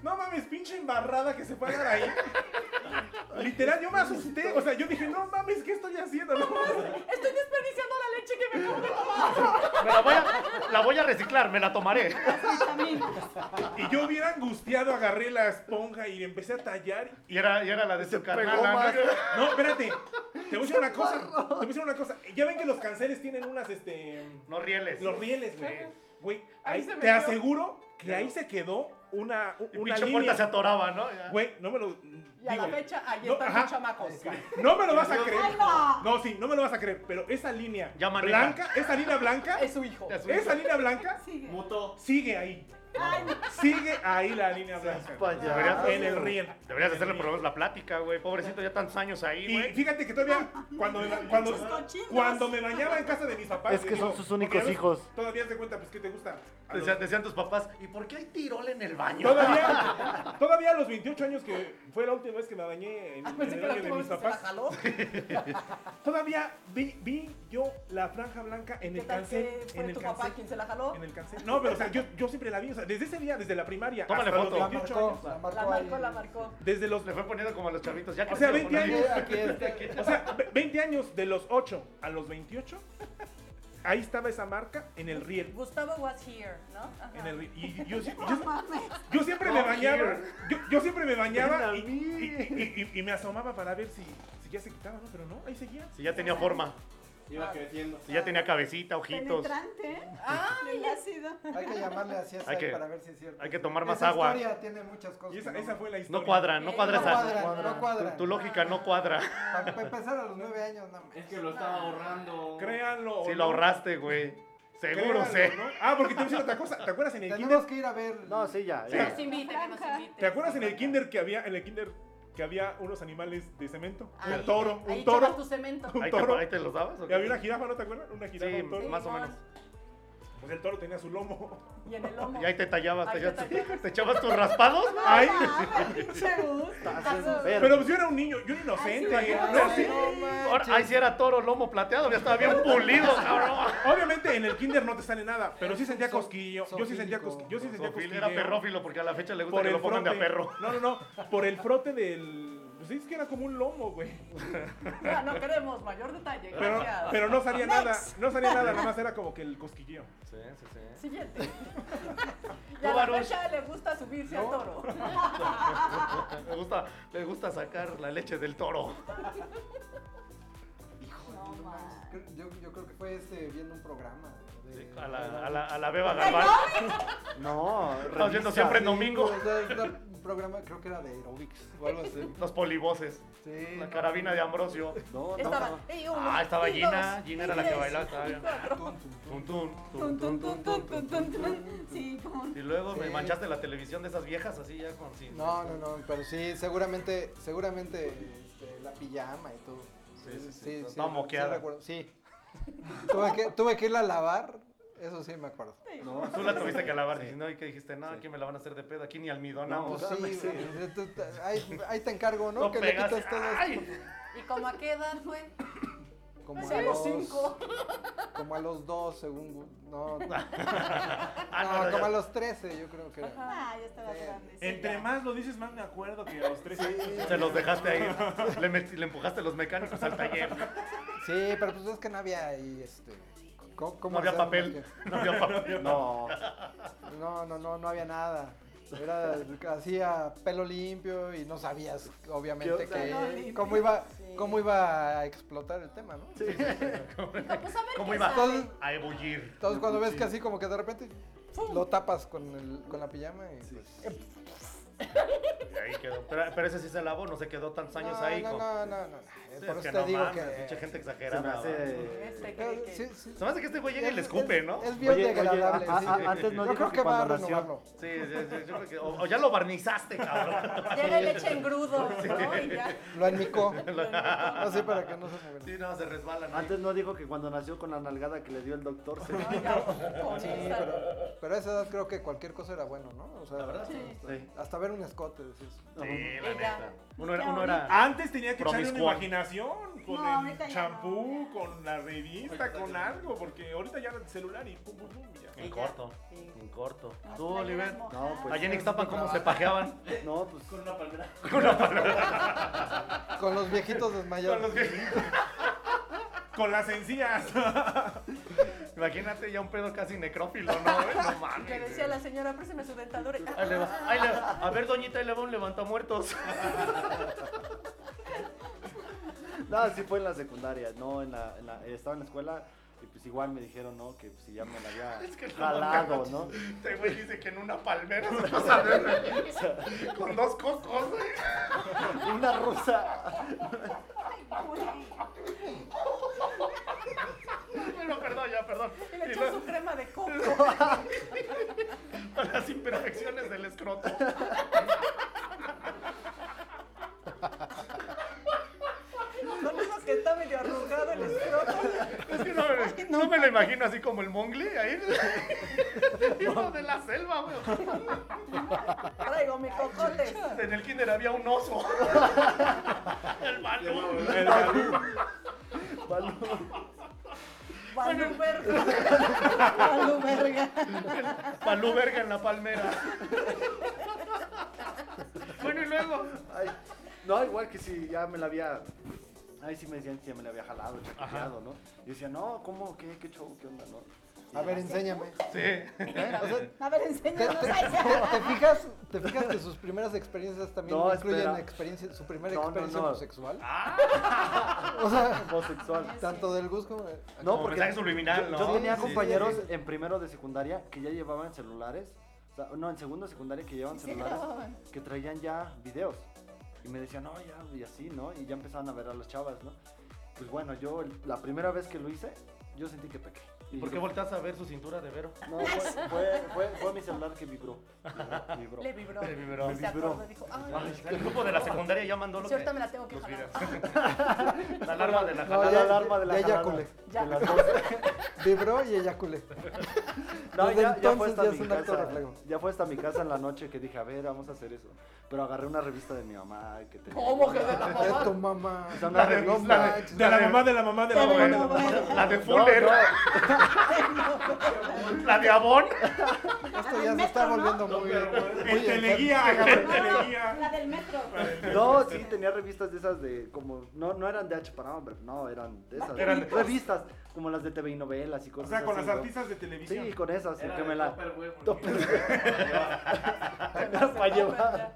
No mames, pinche embarrada que se fue a dar ahí. Literal, yo me asusté. O sea, yo dije, no mames, ¿qué estoy haciendo? No mames. Estoy desperdiciando la leche que me acabo de tomar. Me la voy a, la voy a reciclar, me la tomaré. Y yo hubiera angustiado, agarré la esponja y empecé a tallar. Y era, y era la de su Pegó más. carnal. ¿no? No, espérate. Te voy a decir una cosa. Te voy a decir una cosa. Ya ven que los canceles tienen unas, este. No rieles. Los rieles, güey. Güey, Ahí ahí- se te metió. aseguro que ahí se quedó una, Y una pinche puerta se línea. atoraba, ¿no? Ya. Güey, no me lo. Y a la digo, fecha, ahí No, están ajá. los chamacos. No me lo vas a Ahí creer. va. No, sí, no me lo vas a creer, pero esa línea Ya maneja. blanca, esa línea blanca, Es su hijo. Ya su- esa línea blanca Sigue. Muto. sigue ahí. Sigue ahí la línea blanca. Pa' allá. Ah, Deberías- En el riel. Deberías hacerle por lo menos la plática, güey. Pobrecito, ya tantos años ahí, Y güey. fíjate que todavía cuando me, ba- cuando, cuando me bañaba en casa de mis papás. Es que son sus únicos porque a veces hijos. Todavía te cuenta, pues, ¿qué te gusta? A los- Decían, decían tus papás, ¿y por qué hay tirol en el baño? Todavía, todavía a los 28 años que fue la última vez que me bañé en, Ah, en pensé el que la baño de última vez mis que se la jaló. papás, todavía vi, vi yo la franja blanca en ¿Qué el tal cancel. que en fue el tu cancel. papá quien se la jaló? En el cancel. No, pero o sea, yo, yo siempre la vi, o sea, desde ese día, desde la primaria. Tómale hasta los foto. La 28 marcó, años. la marcó. La marcó, ahí. la marcó. Desde los. Le fue poniendo como a los chavitos, ya O sea, creció, 20 ponle- años. Aquí este, está, aquí O sea, ve- 20 años, de los 8 a los 28, ahí estaba esa marca en el riel. Gustavo was here, ¿no? Ajá. En el riel. Y yo, siempre- yo- yo siempre me bañaba. Yo, yo siempre me bañaba y, y- y- y- y me asomaba para ver si, si ya se quitaba, ¿no? Pero no, ahí seguía. Si ya tenía forma. Iba creciendo. Y ya tenía cabecita, ojitos. Penetrante. Ah, Del ácido. Hay que llamarle así a Hay que- Sai para ver si es cierto. hay que tomar más Esa agua. historia tiene muchas cosas. Y esa, que no- esa fue la historia. No cuadra, no cuadra no esa. cuadra, no cuadra. Tu, tu lógica no cuadra. Para empezar a los nueve años, nada más. Es que lo estaba ahorrando. Créanlo. o Si lo Oh, no, ahorraste, güey. Seguro, créanlo, sé. ¿no? Ah, porque te voy a decir otra cosa. ¿Te acuerdas en el Tenemos kinder? que ir a ver. No, sí, ya. Sí. ya. Nos invite, que nos invite. ¿Te acuerdas en el kinder que había en el kinder que había unos animales de cemento? Ah, Ahí- un toro, ahí un echabas toro. tu cemento. un Ahí te, toro. ahí te los dabas. o Y qué? había una jirafa, ¿no te acuerdas? Una jirafa, Sí, un toro. más o Simón. menos. Pues el toro tenía su lomo. Y en el lomo. Y ahí te tallabas, Ahí te tallabas- te echabas tus raspados. Ay. Ah, pinche gusto. Estás enfermo. Pero pues yo era un niño, yo era inocente. Ay, sí, no, sí. Ahora, ahí sí era toro lomo plateado, ya estaba bien pulido, cabrón. Obviamente en el kinder no te sale nada, pero sí sentía so- cosquillo. Yo sí sentía sofílico. cosquillo. Yo sí sentía Sofil cosquillo. era perrófilo porque a la fecha le gusta que lo pongan de a perro. No, no, no. Por el frote del. Pues es que era como un lomo, güey. No, no queremos mayor detalle. Pero, Gracias. pero no salía nada. No salía nada, nada más era como que el cosquilleo. Sí, sí, sí. Siguiente. Tú, Ya a la Baruch. fecha le gusta subirse al toro. Le gusta, le gusta sacar la leche del toro. No mames. Creo- Yo, yo creo que fue este viendo un programa. de- A la, a la, a la beba Galván. No, Estamos viendo revisa. siempre en Sí, domingo o sea, era un programa, creo que era de aerobics o algo así. los polivoces. Sí, La no. carabina de Ambrosio. No, no, Estaba. no. y uno, Ah, estaba y Gina. dos, Gina y era la que tres, bailaba. estaba y bien. cuatro. Tun, tun, tun. Tun, tun, tun, tun, tun, tun, tun. Sí, como un- Y luego me Sí. manchaste la televisión de esas viejas así ya con sin. No, no, no, pero sí, seguramente, seguramente este, la pijama y todo. Sí, sí, sí, sí, estaba moqueada. sí recuerdo, Sí. tuve, que, tuve que irla a lavar, eso sí me acuerdo. No, Tú la tuviste que lavar. Y no, ¿y qué dijiste? No, aquí me la van a hacer de pedo. Aquí ni almidonamos. Pues sí, dame, sí. güey, tú- tú- ahí, ahí te encargo, ¿no? No que pegas. le quitas todo esto. Ay. ¿Y como a qué edad fue? Como Sí, a los cinco. Como a los dos, según. gu- No, no, Ah, no, no, como ya. a los trece, yo creo que era. Ah, ya estaba grande. sí, Entre ya. más lo dices, más me acuerdo que a los tres. Se los dejaste ahí. Le, met- le empujaste los mecánicos al taller. Sí, pero pues es que no había ahí este. co- ¿cómo No había hacer? papel. No había papel. No, Porque- No, no, no, no había nada. Era hacía pelo limpio y no sabías obviamente Yo- Pelo que limpio, cómo iba sí. cómo iba a explotar el tema, ¿no? Dijo, pues a ver ¿Cómo qué iba? sale. Entonces, A ebullir. entonces cuando ves que así como que de repente lo tapas con el- con la pijama y pues, Y ahí quedó. Pero, pero ese sí se lavó, no se quedó tantos años no, ahí. no, con- no, no, no, no. Sí, es Por eso que te no digo mames, que pinche gente se me exagerada. ¿va? hace. Este Pero cree que- sí, sí, Se me hace que este güey llega y le Es- escupe, es- ¿no? ah, Es Oye, bien oye, desagradable. a- a- sí. a- antes no Yo creo dijo que que va a cuando nació. renovarlo. Sí, sí, sí, yo creo que- o, o ya lo barnizaste, cabrón. Llega y le echa engrudo, ¿no? Y ya. Lo enmicó. Así para que no se muera. Sí, no, se resbalan. ahí. Antes no dijo que cuando nació con la nalgada que le dio el doctor se... Con Sí, esa- pero, pero a esa edad creo que cualquier cosa era bueno, ¿no? O sea, La verdad, sí. Sí. hasta ver un escote. decías, Sí, la Ella. neta. Uno era, Ya, uno era- Antes tenía que echarle una Promiscuo. imaginación con No, ahorita ya el champú, no. con la revista, con algo, porque ahorita ya el celular y pum, pum, pum. ya. En Ella. corto, Sí. en corto. Las Tú, playeras Oliver. mojadas. No, pues, Allá en Ixtapan, ¿cómo se pajeaban? No, pues Con una palmera. Con los viejitos desmayados. Con los viejitos. Con las encías. Imagínate ya un pedo casi necrófilo, ¿no? güey? No mames. Que decía la señora, préstame su dentadura. Ahí le va, ahí le va. A ver, doñita, ahí le va un levantamuertos. No, sí fue en la secundaria, no, en la, en la- estaba en la escuela y pues igual me dijeron, ¿no? Que pues, si ya me la había Es que no jalado, mames. ¿no? Este güey dice que en una palmera se pasa de verga. Con dos cocos, güey. Una rusa. Bueno, perdón, ya, perdón. Y le Y echó luego- su crema de coco. Para las imperfecciones del escroto. Con eso que está medio arrugado el escroto. Es que no, me- no me lo imagino así como el mongle ahí. Del libro de la selva, güey. Traigo mi cocote. En el kinder había un oso. El balú. El balú. Balú verga. Balú verga. Balú verga en la palmera. Bueno, y luego. Ay, no, igual que si ya me la había... Ahí sí me decían que ya me la había jalado, chaqueteado, ¿no? Y decía, no, ¿cómo? ¿Qué, qué show? ¿Qué onda? ¿No? A ver, enséñame. ¿Eh? Sí. O sea, A ver, ¿Te, te- enséñanos. te- te fijas, ¿Te fijas que sus primeras experiencias también No, incluyen espera. experiencia- su primera No, no, experiencia no. homosexual? O sea, homosexual. Tanto del Gus Ah, como. No, porque mensaje subliminal, yo- ¿no? Yo, tenía Sí, sí, compañeros sí, sí. en primero de secundaria que ya llevaban celulares. o sea, no, en segundo de secundaria que llevaban Sí, celulares llevaban. que traían ya videos. Y me decían, no, ya, y así, ¿no? Y ya empezaban a ver a las chavas, ¿no? Pues bueno, yo el- la primera vez que lo hice, yo sentí que pequé. ¿Y por qué volteas a ver su cintura de Vero? No, fue, fue, fue- fue mi celular que vibró. Vibró. vibró. Le vibró. Le vibró. Y se Vibró. acordó, dijo, ay, Ay, el grupo de la secundaria ya mandó lo que... si ahorita me la tengo que Los jalar. videos. La alarma de la No, ya- La jalada. alarma de la ya jalada. eyaculé. Ya. De las doce. Vibró y eyaculé. No, Desde ya, ya fue entonces hasta ya mi es un acto casa. reflejo. Ya fue hasta mi casa en la noche que dije, a ver, vamos a hacer eso. Pero agarré una revista de mi mamá que tenía. ¿Cómo que de la De mamá? tu mamá. O sea, una de- revista. la de- De la mamá, de la mamá, de la mamá. de la mamá. La de No, Fuller. no, La de Avon. Esto ya se está volviendo muy. El muy teleguía, agarré el No, teleguía. la del metro. no, sí, tenía revistas de esas de como. No, no eran de H para hombre, no, eran de esas. Eran de- revistas como las de TV y novelas y O cosas sea, con así, las ¿no? artistas de Sí, televisión. con esas, Era que de me la. Tupperware, porque- para llevar.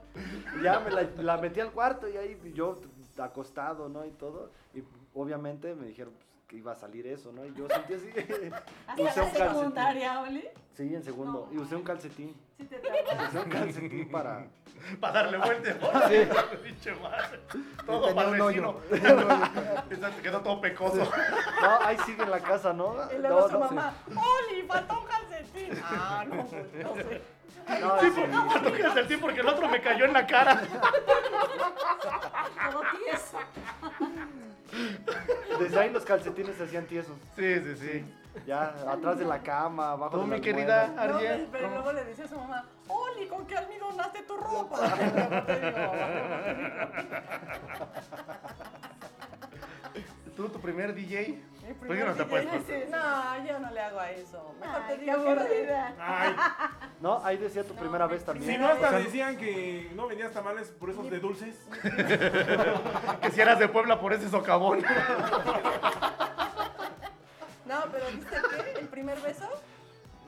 Ya me la, la metí al cuarto y ahí yo acostado, ¿no? Y todo. Y obviamente me dijeron pues, que iba a salir eso, ¿no? Y yo sentí así. Hasta usé un la calcetín. secundaria, Oli. Sí, en segundo. No. Y usé un calcetín. Sí te trabó. Usé un calcetín para. Para darle vuelta. Pinche madre. Todo tenía un padrecino. hoyo. Esa se quedó todo pecoso. No, ahí sigue en la casa, ¿no? Y luego No, su no, mamá, Oli, faltó un calcetín. Ah, no, pues, no sé. sí. No, Sí, sí. porque no te quieres sentir porque el otro me cayó en la cara. Todo tieso. Desde ahí los calcetines se hacían tiesos. Sí, sí, sí. Ya, atrás de la cama, abajo Tú, de mi las querida almohadas. No, Ariel. pero- pero ¿cómo? luego le decía a su mamá, Oli, ¿con qué almidonaste tu ropa? Te digo, Tú, tu primer DJ. "Mi primer Pues yo no te DJ". puedes pasar. No, yo no le hago a eso. Mejor te Ay, qué digo que no le- aburrida. Ay, No, ahí decía tu primera vez también. si no, hasta decían que no vendías tamales por esos de dulces. Que si eras de Puebla por ese socavón. No, pero ¿viste qué? ¿El primer beso?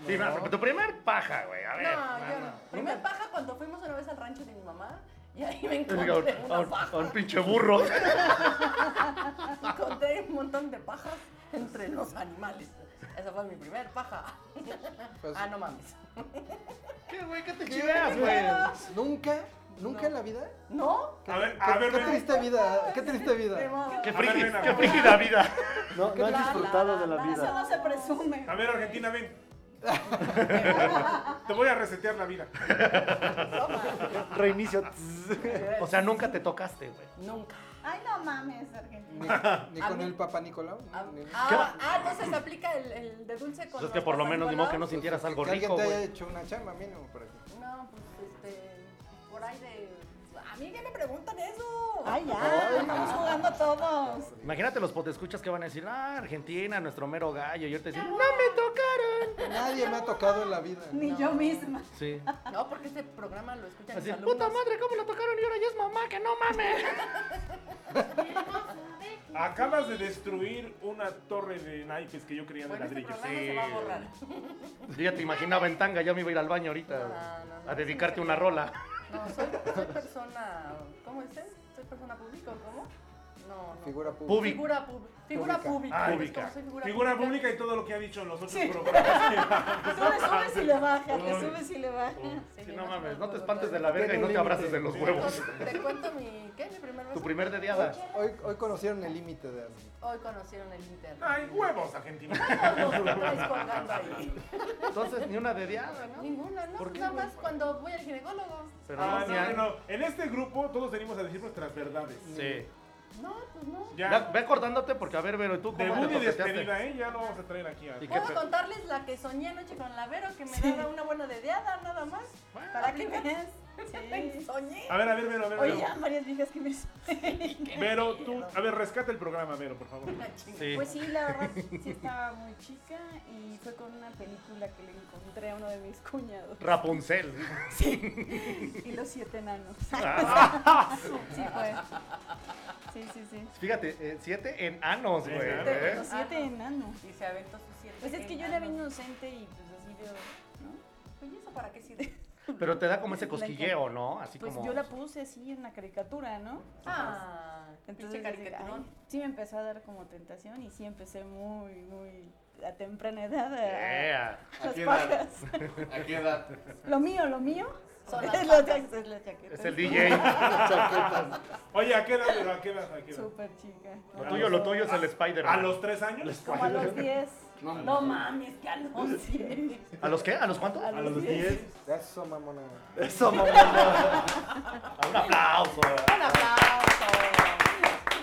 Sí, ma- tu primer paja, güey. A ver. No, yo no. Primer paja cuando fuimos una vez al rancho de mi mamá y ahí me Oiga, encontré un- una un- paja. un pinche burro. Encontré un montón de pajas entre los animales. Esa fue mi primer paja. Pues- Ah, no mames. ¿Qué, güey? ¿Qué te chiveas, güey? Nunca, nunca en la vida. ¿No? A ver, a Qué, ver, qué ven. triste vida, qué triste De vida. modo. Qué A ver, frígida, ven, qué amigo. frígida vida. No, no has disfrutado de la Eso vida. no se presume. A ver, Argentina, ven. Te voy a resetear la vida. Reinicio. O sea, nunca te tocaste, güey. Nunca. Ay, no mames, Argentina. Ni, ni con el papá Nicolau. Ah, ni- ni- ah, ah, entonces aplica el, el de dulce con Pues es los que por lo papas menos ni modo que no volados. sintieras algo que alguien rico, te haya güey. hecho una chamba mínimo por aquí. No, pues este. Por ahí de. A mí que me preguntan eso. Ay, ya, estamos jugando todos. Imagínate los potescuchas que van a decir, ah, Argentina, nuestro mero gallo. Y ahorita dicen, no me tocaron. Nadie me ha tocado en la vida. Ni yo misma. Sí. No, porque este programa lo escuchan Así, mis alumnos. puta madre, ¿cómo la tocaron? Y ahora ya es mamá, que no mames. Acabas de destruir una torre de naipes que yo creía de Bueno, este ladrillos. programa se va a borrar. Yo ya te imaginaba en tanga, ya me iba a ir al baño ahorita. No, no, no, a dedicarte sí, una sí. rola. No, soy, soy persona. ¿Cómo dicen? ¿Soy persona pública o cómo? No, no. Figura pública. Pubi. Figura, pub- figura Pública. pública. Ah, Es pública. como soy figura, Ah, Figura pública y todo lo que ha dicho en los otros programas. Sube, subes y le bajas, le subes y le bajas. Sí, Sí, me no imagino mames, no te todo, espantes todo. de la verga y no te abraces de los huevos. Entonces, Te cuento mi. ¿Qué? ¿Mi primer beso? Tu primer dediada. Hoy, hoy conocieron el límite de Hoy conocieron el internet. Ah, Ay, huevos, Argentina. Estáis colgando ahí. Entonces, ni una dediada, ¿no? Ninguna, no. ¿Por qué, Nada güey? más cuando voy al ginecólogo. Pero Ah, ni no, a- no, no. En este grupo todos venimos a decir nuestras verdades. Sí. No, pues no. Ya. Ya, ve acordándote porque, a ver, Vero, ¿y tú De cómo te muy toqueteaste? despedida, ¿eh? Ya lo vamos a traer aquí. A... ¿Y qué Puedo pe- contarles la que soñé anoche con la Vero, que me daba una buena dedeada, nada más. Bueno. ¿Para qué ves? Sí. Me soñé. A ver, a ver, Vero, a ver, Oye, Vero. ya varias viejas que me soñé. Vero, tú, a ver, rescata el programa, Vero, por favor. Sí. Pues sí, la verdad sí estaba muy chica y fue con una película que le encontré a uno de mis cuñados. Rapunzel. Y los siete enanos. Ah. sí fue. Sí, sí, sí. Fíjate, eh, siete enanos, güey. Siete- ¿eh? Los siete enanos. Y se aventó sus siete. Pues es que yo era enanos. bien inocente y pues así veo, ¿no? Oye, Pues, ¿eso para qué sirve? Pero te da como ese La cosquilleo, encon- ¿no? Así pues como. yo la puse así en la caricatura, ¿no? Ah, Entonces, pinche así, caricaturón. ay, sí me empezó a dar como tentación y sí empecé muy, muy a temprana edad. a- Yeah. a las pajas. ¿A qué edad? Lo mío, lo mío. Son las es, la patas. cha- es la chaqueta. Es el DJ. Oye, ¿a qué edad, Vero? ¿A qué edad? ¿A qué edad? Súper chica. Lo tuyo, lo tuyo es el ¿A Spider-Man. los tres años? Como a los 10. No mames, que a los siete. ¿A los qué? ¿A los cuántos? A los 10. Eso, mamona. Eso, mamona. Un aplauso. Un aplauso.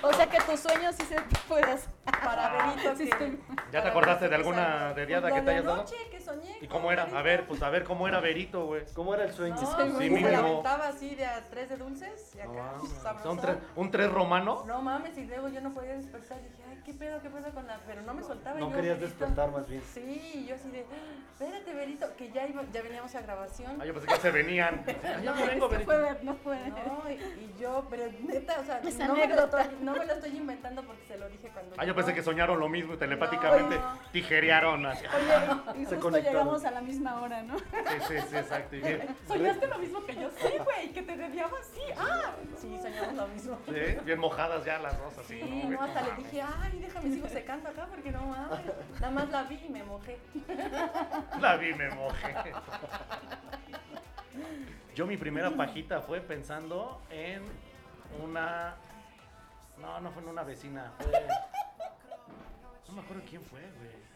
O sea que tus sueños sí se puedas. Para Benito Ah, Sí, que- estoy- ¿Ya te acordaste de alguna Pues deriada la que te de hayas dado? anoche que soñé. ¿Y con cómo era? Benito. A ver, pues a ver cómo era Verito, güey. ¿Cómo era el sueño? No, Sí, pues, mínimo. me la aventaba así de a tres de dulces y Pues acá, No, sabrosón. ¿Son tres, ¿Un tres romano? No mames, y luego yo no podía despertar. Dije, ay, qué pedo, qué pedo con la. Pero no me soltaba. y No yo, querías Benito. despertar más bien. Sí, y yo así de, "Ah, espérate, Berito, que ya, iba- ya veníamos a grabación. Ah, yo pensé que se venían. Ah, ya me vengo, No Verito. puede, no puede. No, y, y yo, pero neta, o sea, Es no me, lo anécdota. estoy, no me lo estoy inventando porque se lo dije cuando. Ah, yo pensé que soñé. soñaron lo mismo y telepáticamente No. tijerearon. Hacia... Oye, y Se justo conectaron. llegamos a la misma hora, ¿no? Sí, sí, sí, exacto. Y bien, ¿Soñaste lo mismo que yo? Sí, güey, que te dediaba así. Ah, sí, soñamos lo mismo. sí, bien mojadas ya las dos, así. Sí, ¿no, güey? no, hasta le mames. dije, ay, déjame sigo secando acá porque no mames. Nada más la vi y me mojé. La vi, me mojé. Yo mi primera pajita fue pensando en una... No, no fue en una vecina. fue- No me acuerdo quién fue, güey.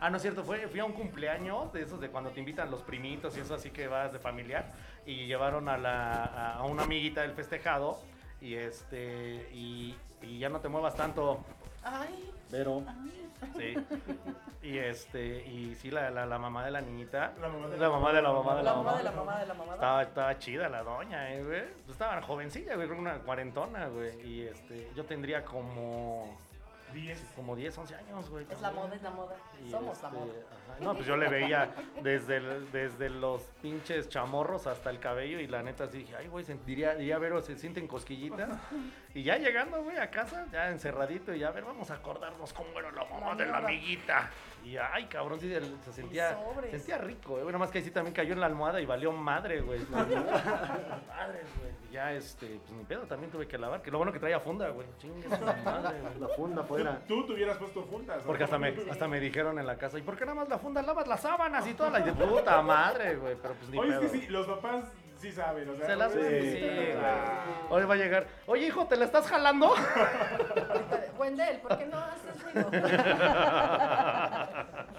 Ah, no es cierto, fue, fui a un cumpleaños de esos de cuando te invitan los primitos y eso así que vas de familiar. Y llevaron a, la, a- a una amiguita del festejado y este... Y, y ya no te muevas tanto. Ay, Pero, Sí. Y este, y sí, la, la, la mamá de la niñita. La mamá de la mamá de la mamá de la la mamá de mamá. la mamá de la mamá. Estaba, estaba chida la doña, eh, güey. Pues Estaba jovencilla, güey, era una cuarentona, güey. Y este, yo tendría como, Diez. como 10, 11 años, güey. Es la moda, es la moda. Y, Somos la este, moda. ajá. No, pues yo le veía desde, el- desde los pinches chamorros hasta el cabello y la neta así dije, ay, güey, sent- diría, diría Vero, se sienten cosquillitas. Y ya llegando, güey, a casa, ya encerradito y ya, a ver, vamos a acordarnos cómo era la mamá La de la ñora. amiguita. Y ay, cabrón, sí, el- se sentía, sobres. sentía rico, eh, güey. Nada más que ahí sí también cayó en la almohada y valió madre, güey. Madres, güey. Y Ya, este, pues mi pedo también tuve que lavar, que lo bueno que traía funda, güey. Chingue su madre, güey. la funda fuera. Tú te hubieras puesto fundas. ¿no? Porque hasta me, hasta me dijeron en la casa, ¿y por qué nada más la funda lavas las sábanas y todas las de puta madre, güey? Pero pues ni Oye, es pedo. que sí, los papás sí saben, o sea. Se las sí, ven, sí, claro. güey. Hoy va a llegar, oye hijo, ¿te la estás jalando? Wendell, ¿por qué no haces ruido?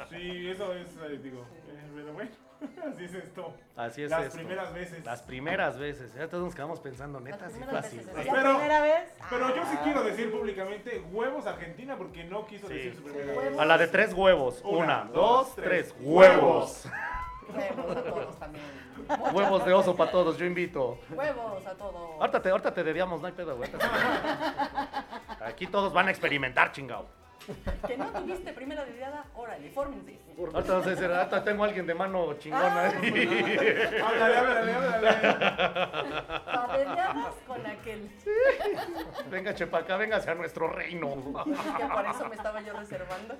Sí, eso es, eh, digo, eh, pero bueno, así es esto. Así es Las esto. primeras veces. Las primeras veces. Ya todos nos quedamos pensando, neta, Las sí fue primeras así. veces, güey. sí. La Pero- primera vez. Pero yo sí quiero decir públicamente huevos Argentina porque no quiso Sí. decir su primera Huevos. vez. A la de tres huevos. Una, Una, dos, dos, tres. tres. ¡Huevos! Huevos a todos también. Huevos de oso para todos, yo invito. Huevos a todos. Ahorita te, ahorita te debíamos, no hay pedo, güey. ahorita te- Aquí todos van a experimentar, chingao. Que no tuviste primera dedada, órale, fórmense. Ahorita vas a decir, ahorita tengo a alguien de mano chingona. Ah, ahí. Háblale, háblale, háblale. Padeadas con aquel. Venga, Chepaca, véngase a nuestro reino. Que por eso me estaba yo reservando.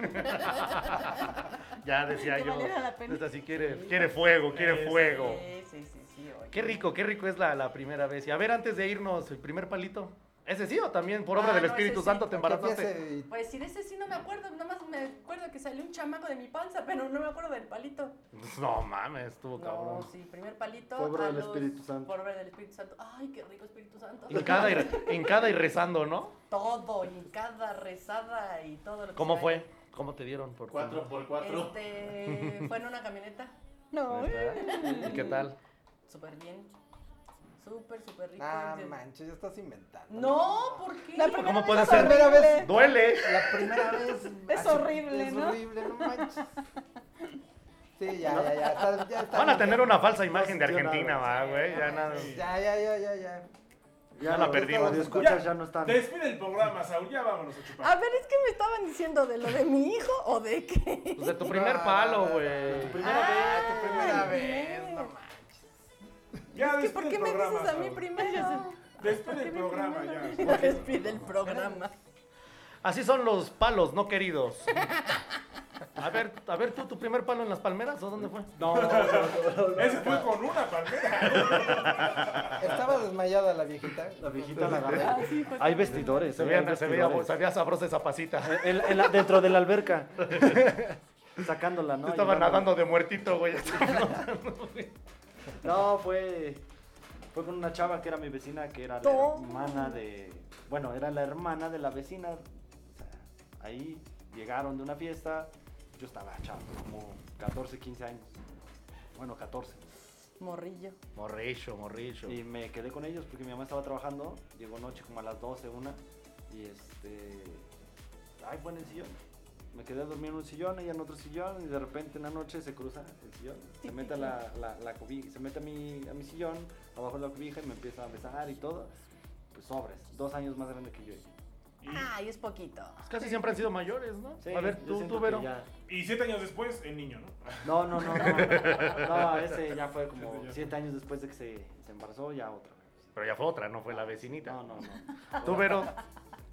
Ya decía Que yo. valiera la pena. Esta sí quiere, quiere fuego, quiere fuego. Sí, sí, sí, sí. oye. Este, Qué rico, qué rico es la, la primera vez. Y a ver, antes de irnos, el primer palito. ¿Ese sí o también por obra Ah, del no, Espíritu ese sí. Santo te Que embarazaste? empiece y- Pues si de ese sí no me acuerdo, nada más me acuerdo que salió un chamaco de mi panza, pero no me acuerdo del palito. Pues, No mames, estuvo Oh, cabrón. No, sí, primer palito. Por obra a del los- Espíritu Santo. Por obra del Espíritu Santo. Ay, qué rico Espíritu Santo. Hincada y, hincada y rezando, ¿no? Todo, hincada, rezada y todo lo que ¿Cómo se fue? ¿Cómo te dieron? Por Cuatro por vaya. cuatro. Este, fue en una camioneta. No, ¿Y qué tal? Súper bien. Súper, súper rico. Ah, Yo- manches, ya estás inventando. No, ¿por qué? La primera ¿Cómo vez puede es ser? Primera horrible. vez. ¡Duele! La primera vez. Es así- horrible, es ¿no? horrible, no manches. Sí, ya, ya, ya. está- ya está Van a bien, tener ya. una falsa imagen de Cuestionable. Argentina, va, güey. Ya nada. Ya, ya, ya, ya, ya. Ya la perdimos. Cuando escuchas ya no están. Despide el programa, Saúl, ya vámonos a chupar. A ver, es que me estaban diciendo de lo de mi hijo o de qué. Pues de tu primer palo, güey. tu primera vez, no Ya Es que, ¿por despide qué el me programa, dices a mí Saúl. primero? Despide el programa ya. Ya Despide el programa. Así son los palos no queridos. A ver, a ver tú, tu primer palo en las palmeras o dónde fue? No, no, no, no, no. Ese fue con una palmera. Estaba desmayada la viejita. La viejita Ah, la agarré. Hay vestidores. Se eh, hay veía, se veía, vestidores. se veía sabrosa esa pasita. En- en la- dentro de la alberca. Sacándola, ¿no? Estaba Llevándola. nadando de muertito, güey. No, fue. Fue con una chava que era mi vecina, que era la No. hermana de. Bueno, era la hermana de la vecina. O sea, ahí llegaron de una fiesta. Yo estaba chavo, como 14, 15 años. Bueno, 14. Morrillo. Morrillo, morrillo. Y me quedé con ellos porque mi mamá estaba trabajando. Llegó noche como a las 12, una. Y este. Ay, bueno, el sillón. Me quedé a dormir en un sillón, ella en otro sillón. Y de repente en la noche se cruza el sillón. Se mete a, la, la- la cobi- se mete a, mi, a mi sillón, abajo de la cobija y me empieza a besar y todo. Pues sobres, dos años más grande que yo. Ay, es poquito. Casi siempre han sido mayores, ¿no? Sí, a ver, yo tú, siento tú, que Vero. ya- Y siete años después, el niño, ¿no? No, no, no, no. No, ese ya fue como siete años después de que se, se embarazó, ya otra. Pero ya fue otra, no fue la vecinita. No, no, no. Tú, Vero.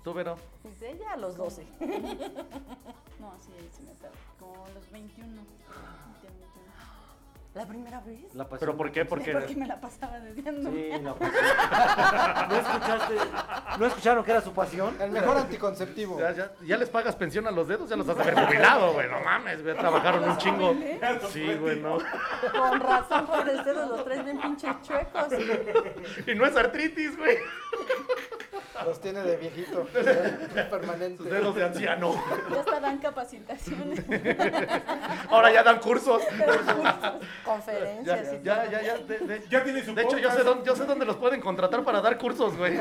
Tú, Vero. Pues ella a los 12. No, sí, ahí sí me pego. Como los 21. Ah. Tengo 21. ¿La primera vez? La pasión ¿Pero por qué? de- Porque... Porque me la pasaba desviando. Sí, la pasión. ¿No escuchaste? ¿No escucharon que era su pasión? El mejor anticonceptivo. Ya, ya- ya les pagas pensión a los dedos, ya los has de haber jubilado, güey. No mames, güey, trabajaron un chingo. Sí, güey, no. Con razón, por el dedo, los tres bien pinches chuecos. Y no es artritis, güey. Los tiene de viejito. permanente. Sus dedos de anciano. Ya hasta dan capacitaciones. Ahora ya dan cursos. Ya, Conferencias y ya, todo. ya, ya. De, de- Ya tiene su de hecho, yo sé, dónde, yo sé dónde los pueden contratar para dar cursos, güey.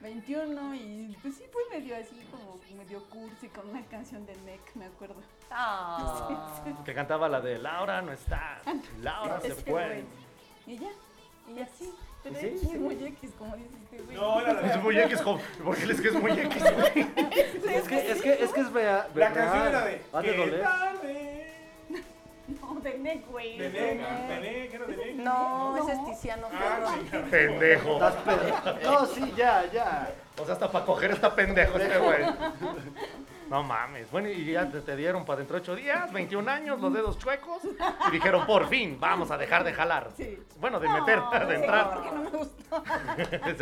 21 y pues sí fue medio así como medio cursi con una canción de Neck, me acuerdo. Ah. Que cantaba la de Laura no está. Laura se Ese fue. güey. Y ya, y así. Pero Sí, X sí. muy X, como dices este güey. No, era la Es de. muy X, jo- ¿por qué es que es muy X, güey? Es que es, que, es, que es vea- La real. canción era de. Ha de "Qué doler. tarde". No, de Neck, güey. De Neca, de Neca, era de Neca. No, ese es No. Tiziano. Ah, chingada. Pendejo. Estás pedo. No, sí, ya, ya. O sea, hasta para coger está pendejo este güey. No mames. Bueno, y ya te, te dieron para dentro de ocho días, 21 años, los dedos chuecos. Y dijeron, por fin, vamos a dejar de jalar. Sí. Bueno, de meter, de sí, entrar. porque no me gustó.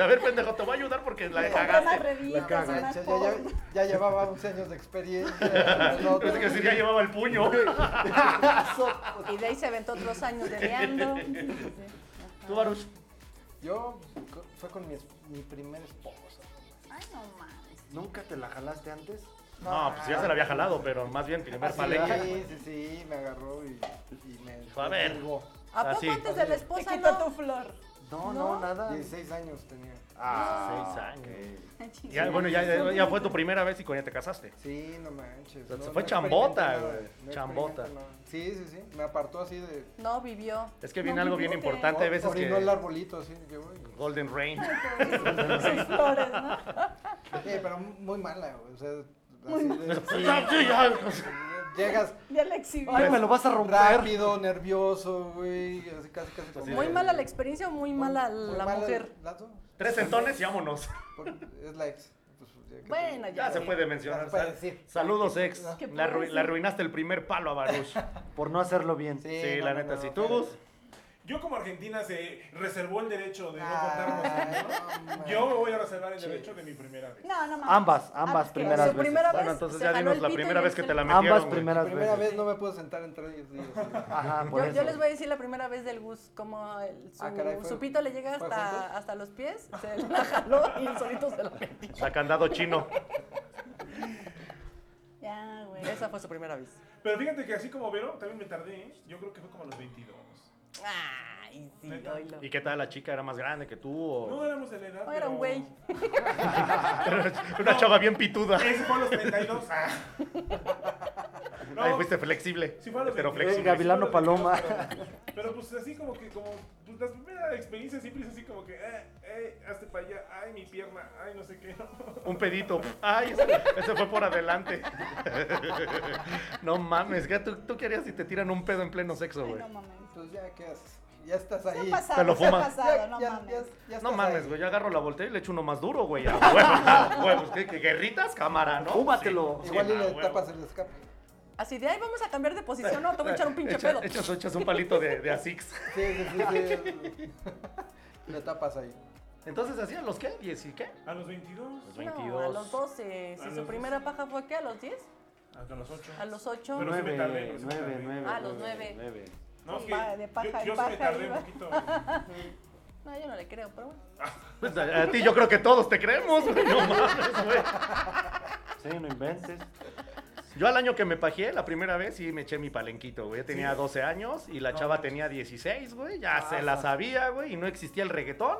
A ver, pendejo, te voy a ayudar porque la Compras más cagaste. La revistas, caga. más Ya, ya- porno. ya llevaba 11 años de experiencia. No, Es que si ya llevaba el puño. Y de ahí se aventó otros años de meando. Tú, Baruch. Yo co- fue con mi, es- mi primer esposo. Ay, no mames. ¿Nunca te la jalaste antes? No, pues ya se la había jalado, pero más bien primer paleque. Sí, sí, sí, me agarró y, y me. Dijo, a ver. me colgó. ¿A poco Así. antes de la Te esposa quitó no? tu flor. No, no, nada. 16 años tenía. Seis Ah, años. ok. Ay, chingada. Ya, bueno, ya, ya fue tu primera vez y con ella te casaste. Sí, no manches. sea, no, se fue no experimenté chambota, nada, güey, no chambota. experimenté nada. Sí, sí, sí. Me apartó así de. No, vivió. Es que viene No, algo bien fíjate. importante. Hay veces orinó el que. arbolito así. Que, güey. Golden Rain. Sus flores, ¿no? Sí, Eh, pero muy mala, güey. O sea, así de. Sí, ya. Llegas Ya la exhibí. Ay, me lo vas a romper. rápido, nervioso, güey. Así casi, casi. como- Muy mala la experiencia o muy mala Muy la mala mujer. las dos. Tres entones y vámonos. Por- Es la ex. Pues, ya que- Bueno, ya. Ya se puede mencionar. Ya se puede sal- decir. Saludos, ex. ¿Qué Le, arru- puedo le decir? arruinaste el primer palo a Baruch. "Ah, Por no hacerlo bien. Sí, Sí, no, la no, neta, no, sí. pero- ¿Tú, Gus? Yo como argentina se reservó el derecho de no Ah. Ay, contarnos. no, man. Yo me voy a reservar el derecho de mi primera vez. No, no mames. Ambas, Ambas ambas Ah, que- primeras Ah, Su veces. primera vez. Bueno, entonces se ya jaló dinos el la pito primera y vez el que te pelo. la metieron. Ambas güey. primeras Primera veces. vez no me puedo sentar en tres días. Ajá, Yo, por yo eso. les voy a decir la primera vez del Gus, como el- su, Ah, caray, fue- su pito le llega ¿fue juntos? hasta, hasta los pies, se la jaló y solito se la metió. La candado chino. Ya, güey. Esa fue su primera vez. Pero fíjate que así como Vero, también me tardé. ¿eh? Yo creo que fue como a los 22. Ay, sí, Neta. oílo. ¿Y qué tal la chica? ¿Era más grande que tú? No O... éramos de la edad. No, era un güey. Una chava bien pituda. Ese fue a los 32. Ah. No. Ahí fuiste flexible. Sí, fue a los pero 22, flexible. sí fue a los Paloma. 22, Pero, pero, pues así como que, como, pues las primeras experiencias siempre es así como que, eh, eh, hazte para allá, ay, mi pierna, ay, no sé qué. Un pedito. Ay, ese, ese fue por adelante. No mames, ¿qué- ¿tú, tú qué harías si te tiran un pedo en pleno sexo, güey? no mames. Pues ya, ¿qué haces? Ya estás ahí. pasado, Te lo se ha fumas. Ya, pasado, ya, ya- ya No estás mames, ahí. güey, yo agarro la voltea y le echo uno más duro, güey. a huevos, Huevos, ¿qué, qué guerritas? Cámara, ¿no? Fúmatelo. Sí, sí, Igual y a le huevo. tapas el escape. Así de ahí vamos a cambiar de posición, no, te voy a echar un pinche Echa- pedo. Echas, echas un palito de, de Asics. Sí, sí, sí. sí. le tapas ahí. Entonces, ¿así a los qué? ¿10 y qué? A los 22. Los No, a los 12. A Si su los primera paja fue ¿qué? a los 10, Hasta los 8. a los 8. Pero sí me tardé, pero sí me nueve, tardé. nueve. Ah, los nueve. nueve. No, es que Pa- de paja en yo, yo sí me paja tardé iba. un poquito. en- No, yo no le creo, pero bueno. Pues a, a ti yo creo que todos te creemos, güey. No mames, güey. Sí, no inventes. Yo al año que me pajeé la primera vez sí me eché mi palenquito, güey. Yo tenía 12 años y la chava tenía 16, güey. Ya se la sabía, güey. Y no existía el reggaetón.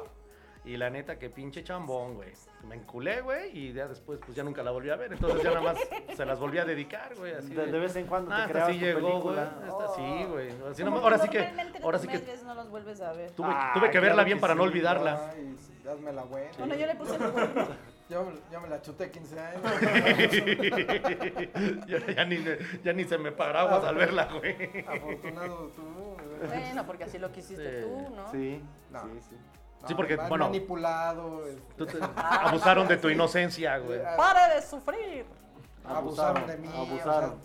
Y la neta, que pinche chambón, güey. Me enculé, güey. Y ya después, pues ya nunca la volví a ver. Entonces ya nada más se las volví a dedicar, güey. Así De, de vez en cuando Ah, te esta creabas sí tu llegó, güey. película. Oh. Esta sí, güey. Así Como nomás- ahora sí que. normalmente no Ahora te sí que metes, no los vuelves a ver. tuve, tuve que verla claro bien Ah, que para no sí, olvidarla. Ay, hazme la buena. Bueno, yo le puse mi Yo, yo me la chuté 15 años. ya, ya ni, ya ni se me paraguas Ah. al verla, güey. Afortunado tú. Bueno, porque así lo quisiste Sí. tú, ¿no? Sí, No. sí, sí. Sí, porque, mal bueno- Manipulado. este, Tú te- abusaron de tu inocencia, güey. a- ¡Pare de sufrir! abusaron, Abusaron, de mí. o sea, abusaron.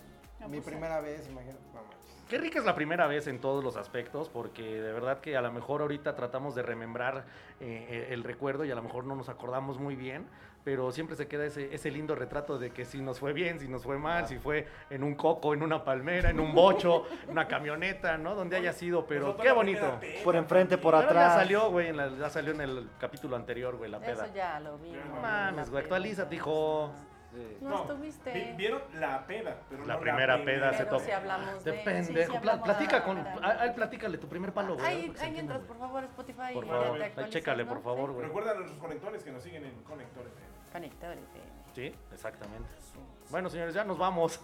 mi primera vez, imagínate. no manches. Qué rica es la primera vez en todos los aspectos, porque de verdad que a lo mejor ahorita tratamos de remembrar eh, eh, el recuerdo y a lo mejor no nos acordamos muy bien, pero siempre se queda ese, ese lindo retrato de que si nos fue bien, si nos fue mal, si fue en un coco, en una palmera, en un bocho, en una camioneta, ¿no? Donde haya sido, pero Nosotros qué Pues la bonito. primera peda. Por enfrente, por Pero atrás. ya salió, güey, en la- ya salió en el capítulo anterior, güey, la peda. Eso ya lo vi. No mames, güey, actualízate, hijo. Sí. No, estuviste. vi- Vieron la peda, pero La no primera peda se Pero toma. si hablamos de... De sí, pendejo. sí Pla- hablamos de- platica con. de- a- a él platícale tu primer palo, güey. Ahí, porque se ahí entienda, güey. mientras, por favor, Spotify. Por y favor, te ahí actualizas, chécale, ¿no? por favor, güey. Recuerda a nuestros conectores que nos siguen en Conectores. eh. Sí. Conectores. eh. Sí, exactamente. Bueno, señores, ya nos vamos.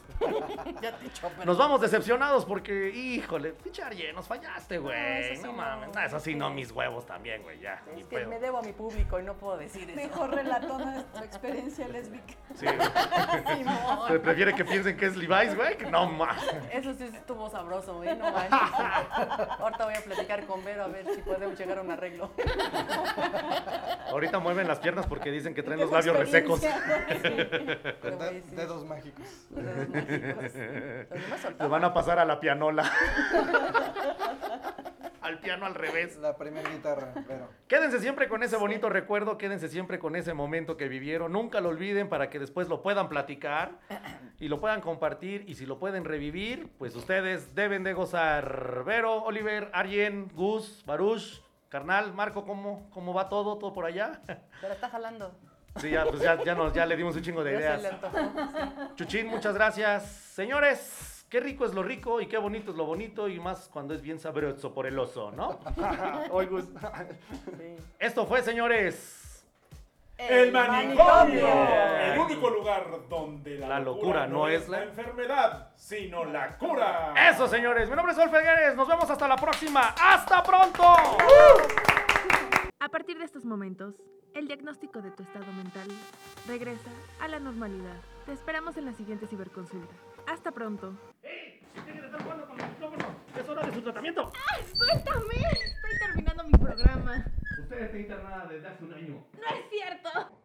Ya te echó, pero- Nos vamos decepcionados porque, híjole, pinche Arye, nos fallaste, eso güey. sí No, no. mames. No, eso sí, no, mis huevos también, güey, ya. ni Es que pedo. me debo a mi público y no puedo decir eso. Mejor relató nuestra experiencia lésbica. Sí, güey. Simón. Pre- Prefiere que piensen que es Levi's, güey. que No mames. Eso sí estuvo sabroso, ¿eh? No manches. Ahorita voy a platicar con Vero a ver si podemos llegar a un arreglo. Ahorita mueven las piernas porque dicen que traen los Tengo labios resecos. experiencia, ¿no? Sí. Pero De- güey, sí. dedos mágicos. Los dedos mágicos. Los demás Lo soltaban. van a pasar a la pianola. Al piano al revés. La primera guitarra, pero. Quédense siempre con ese bonito recuerdo, quédense siempre con ese momento que vivieron, nunca lo olviden para que después lo puedan platicar y lo puedan compartir y si lo pueden revivir, pues ustedes deben de gozar. Vero, Oliver, Arjen, Gus, Baruch, carnal, Marco, ¿cómo, cómo va todo? ¿Todo por allá? Pero está jalando. Sí, ya, pues ya, ya nos, ya le dimos un chingo de Ya se ideas. le antojó. Chuchín, muchas gracias. Señores, qué rico es lo rico y qué bonito es lo bonito y más cuando es bien sabroso por el oso, ¿no? Oye, Gus. Sí. Esto fue, señores. El manicomio. El Manicomio. único lugar donde la, La locura no es la- ¡Eh! enfermedad, sino la cura. Eso, señores. Mi nombre es Sol Fergueres. Nos vemos hasta la próxima. ¡Hasta pronto! A partir de estos momentos, el diagnóstico de tu estado mental regresa a la normalidad. Te esperamos en la siguiente ciberconsulta. Hasta pronto. Es hora de su tratamiento. Estoy terminando mi programa. Usted está internada desde hace un año. ¡No es cierto!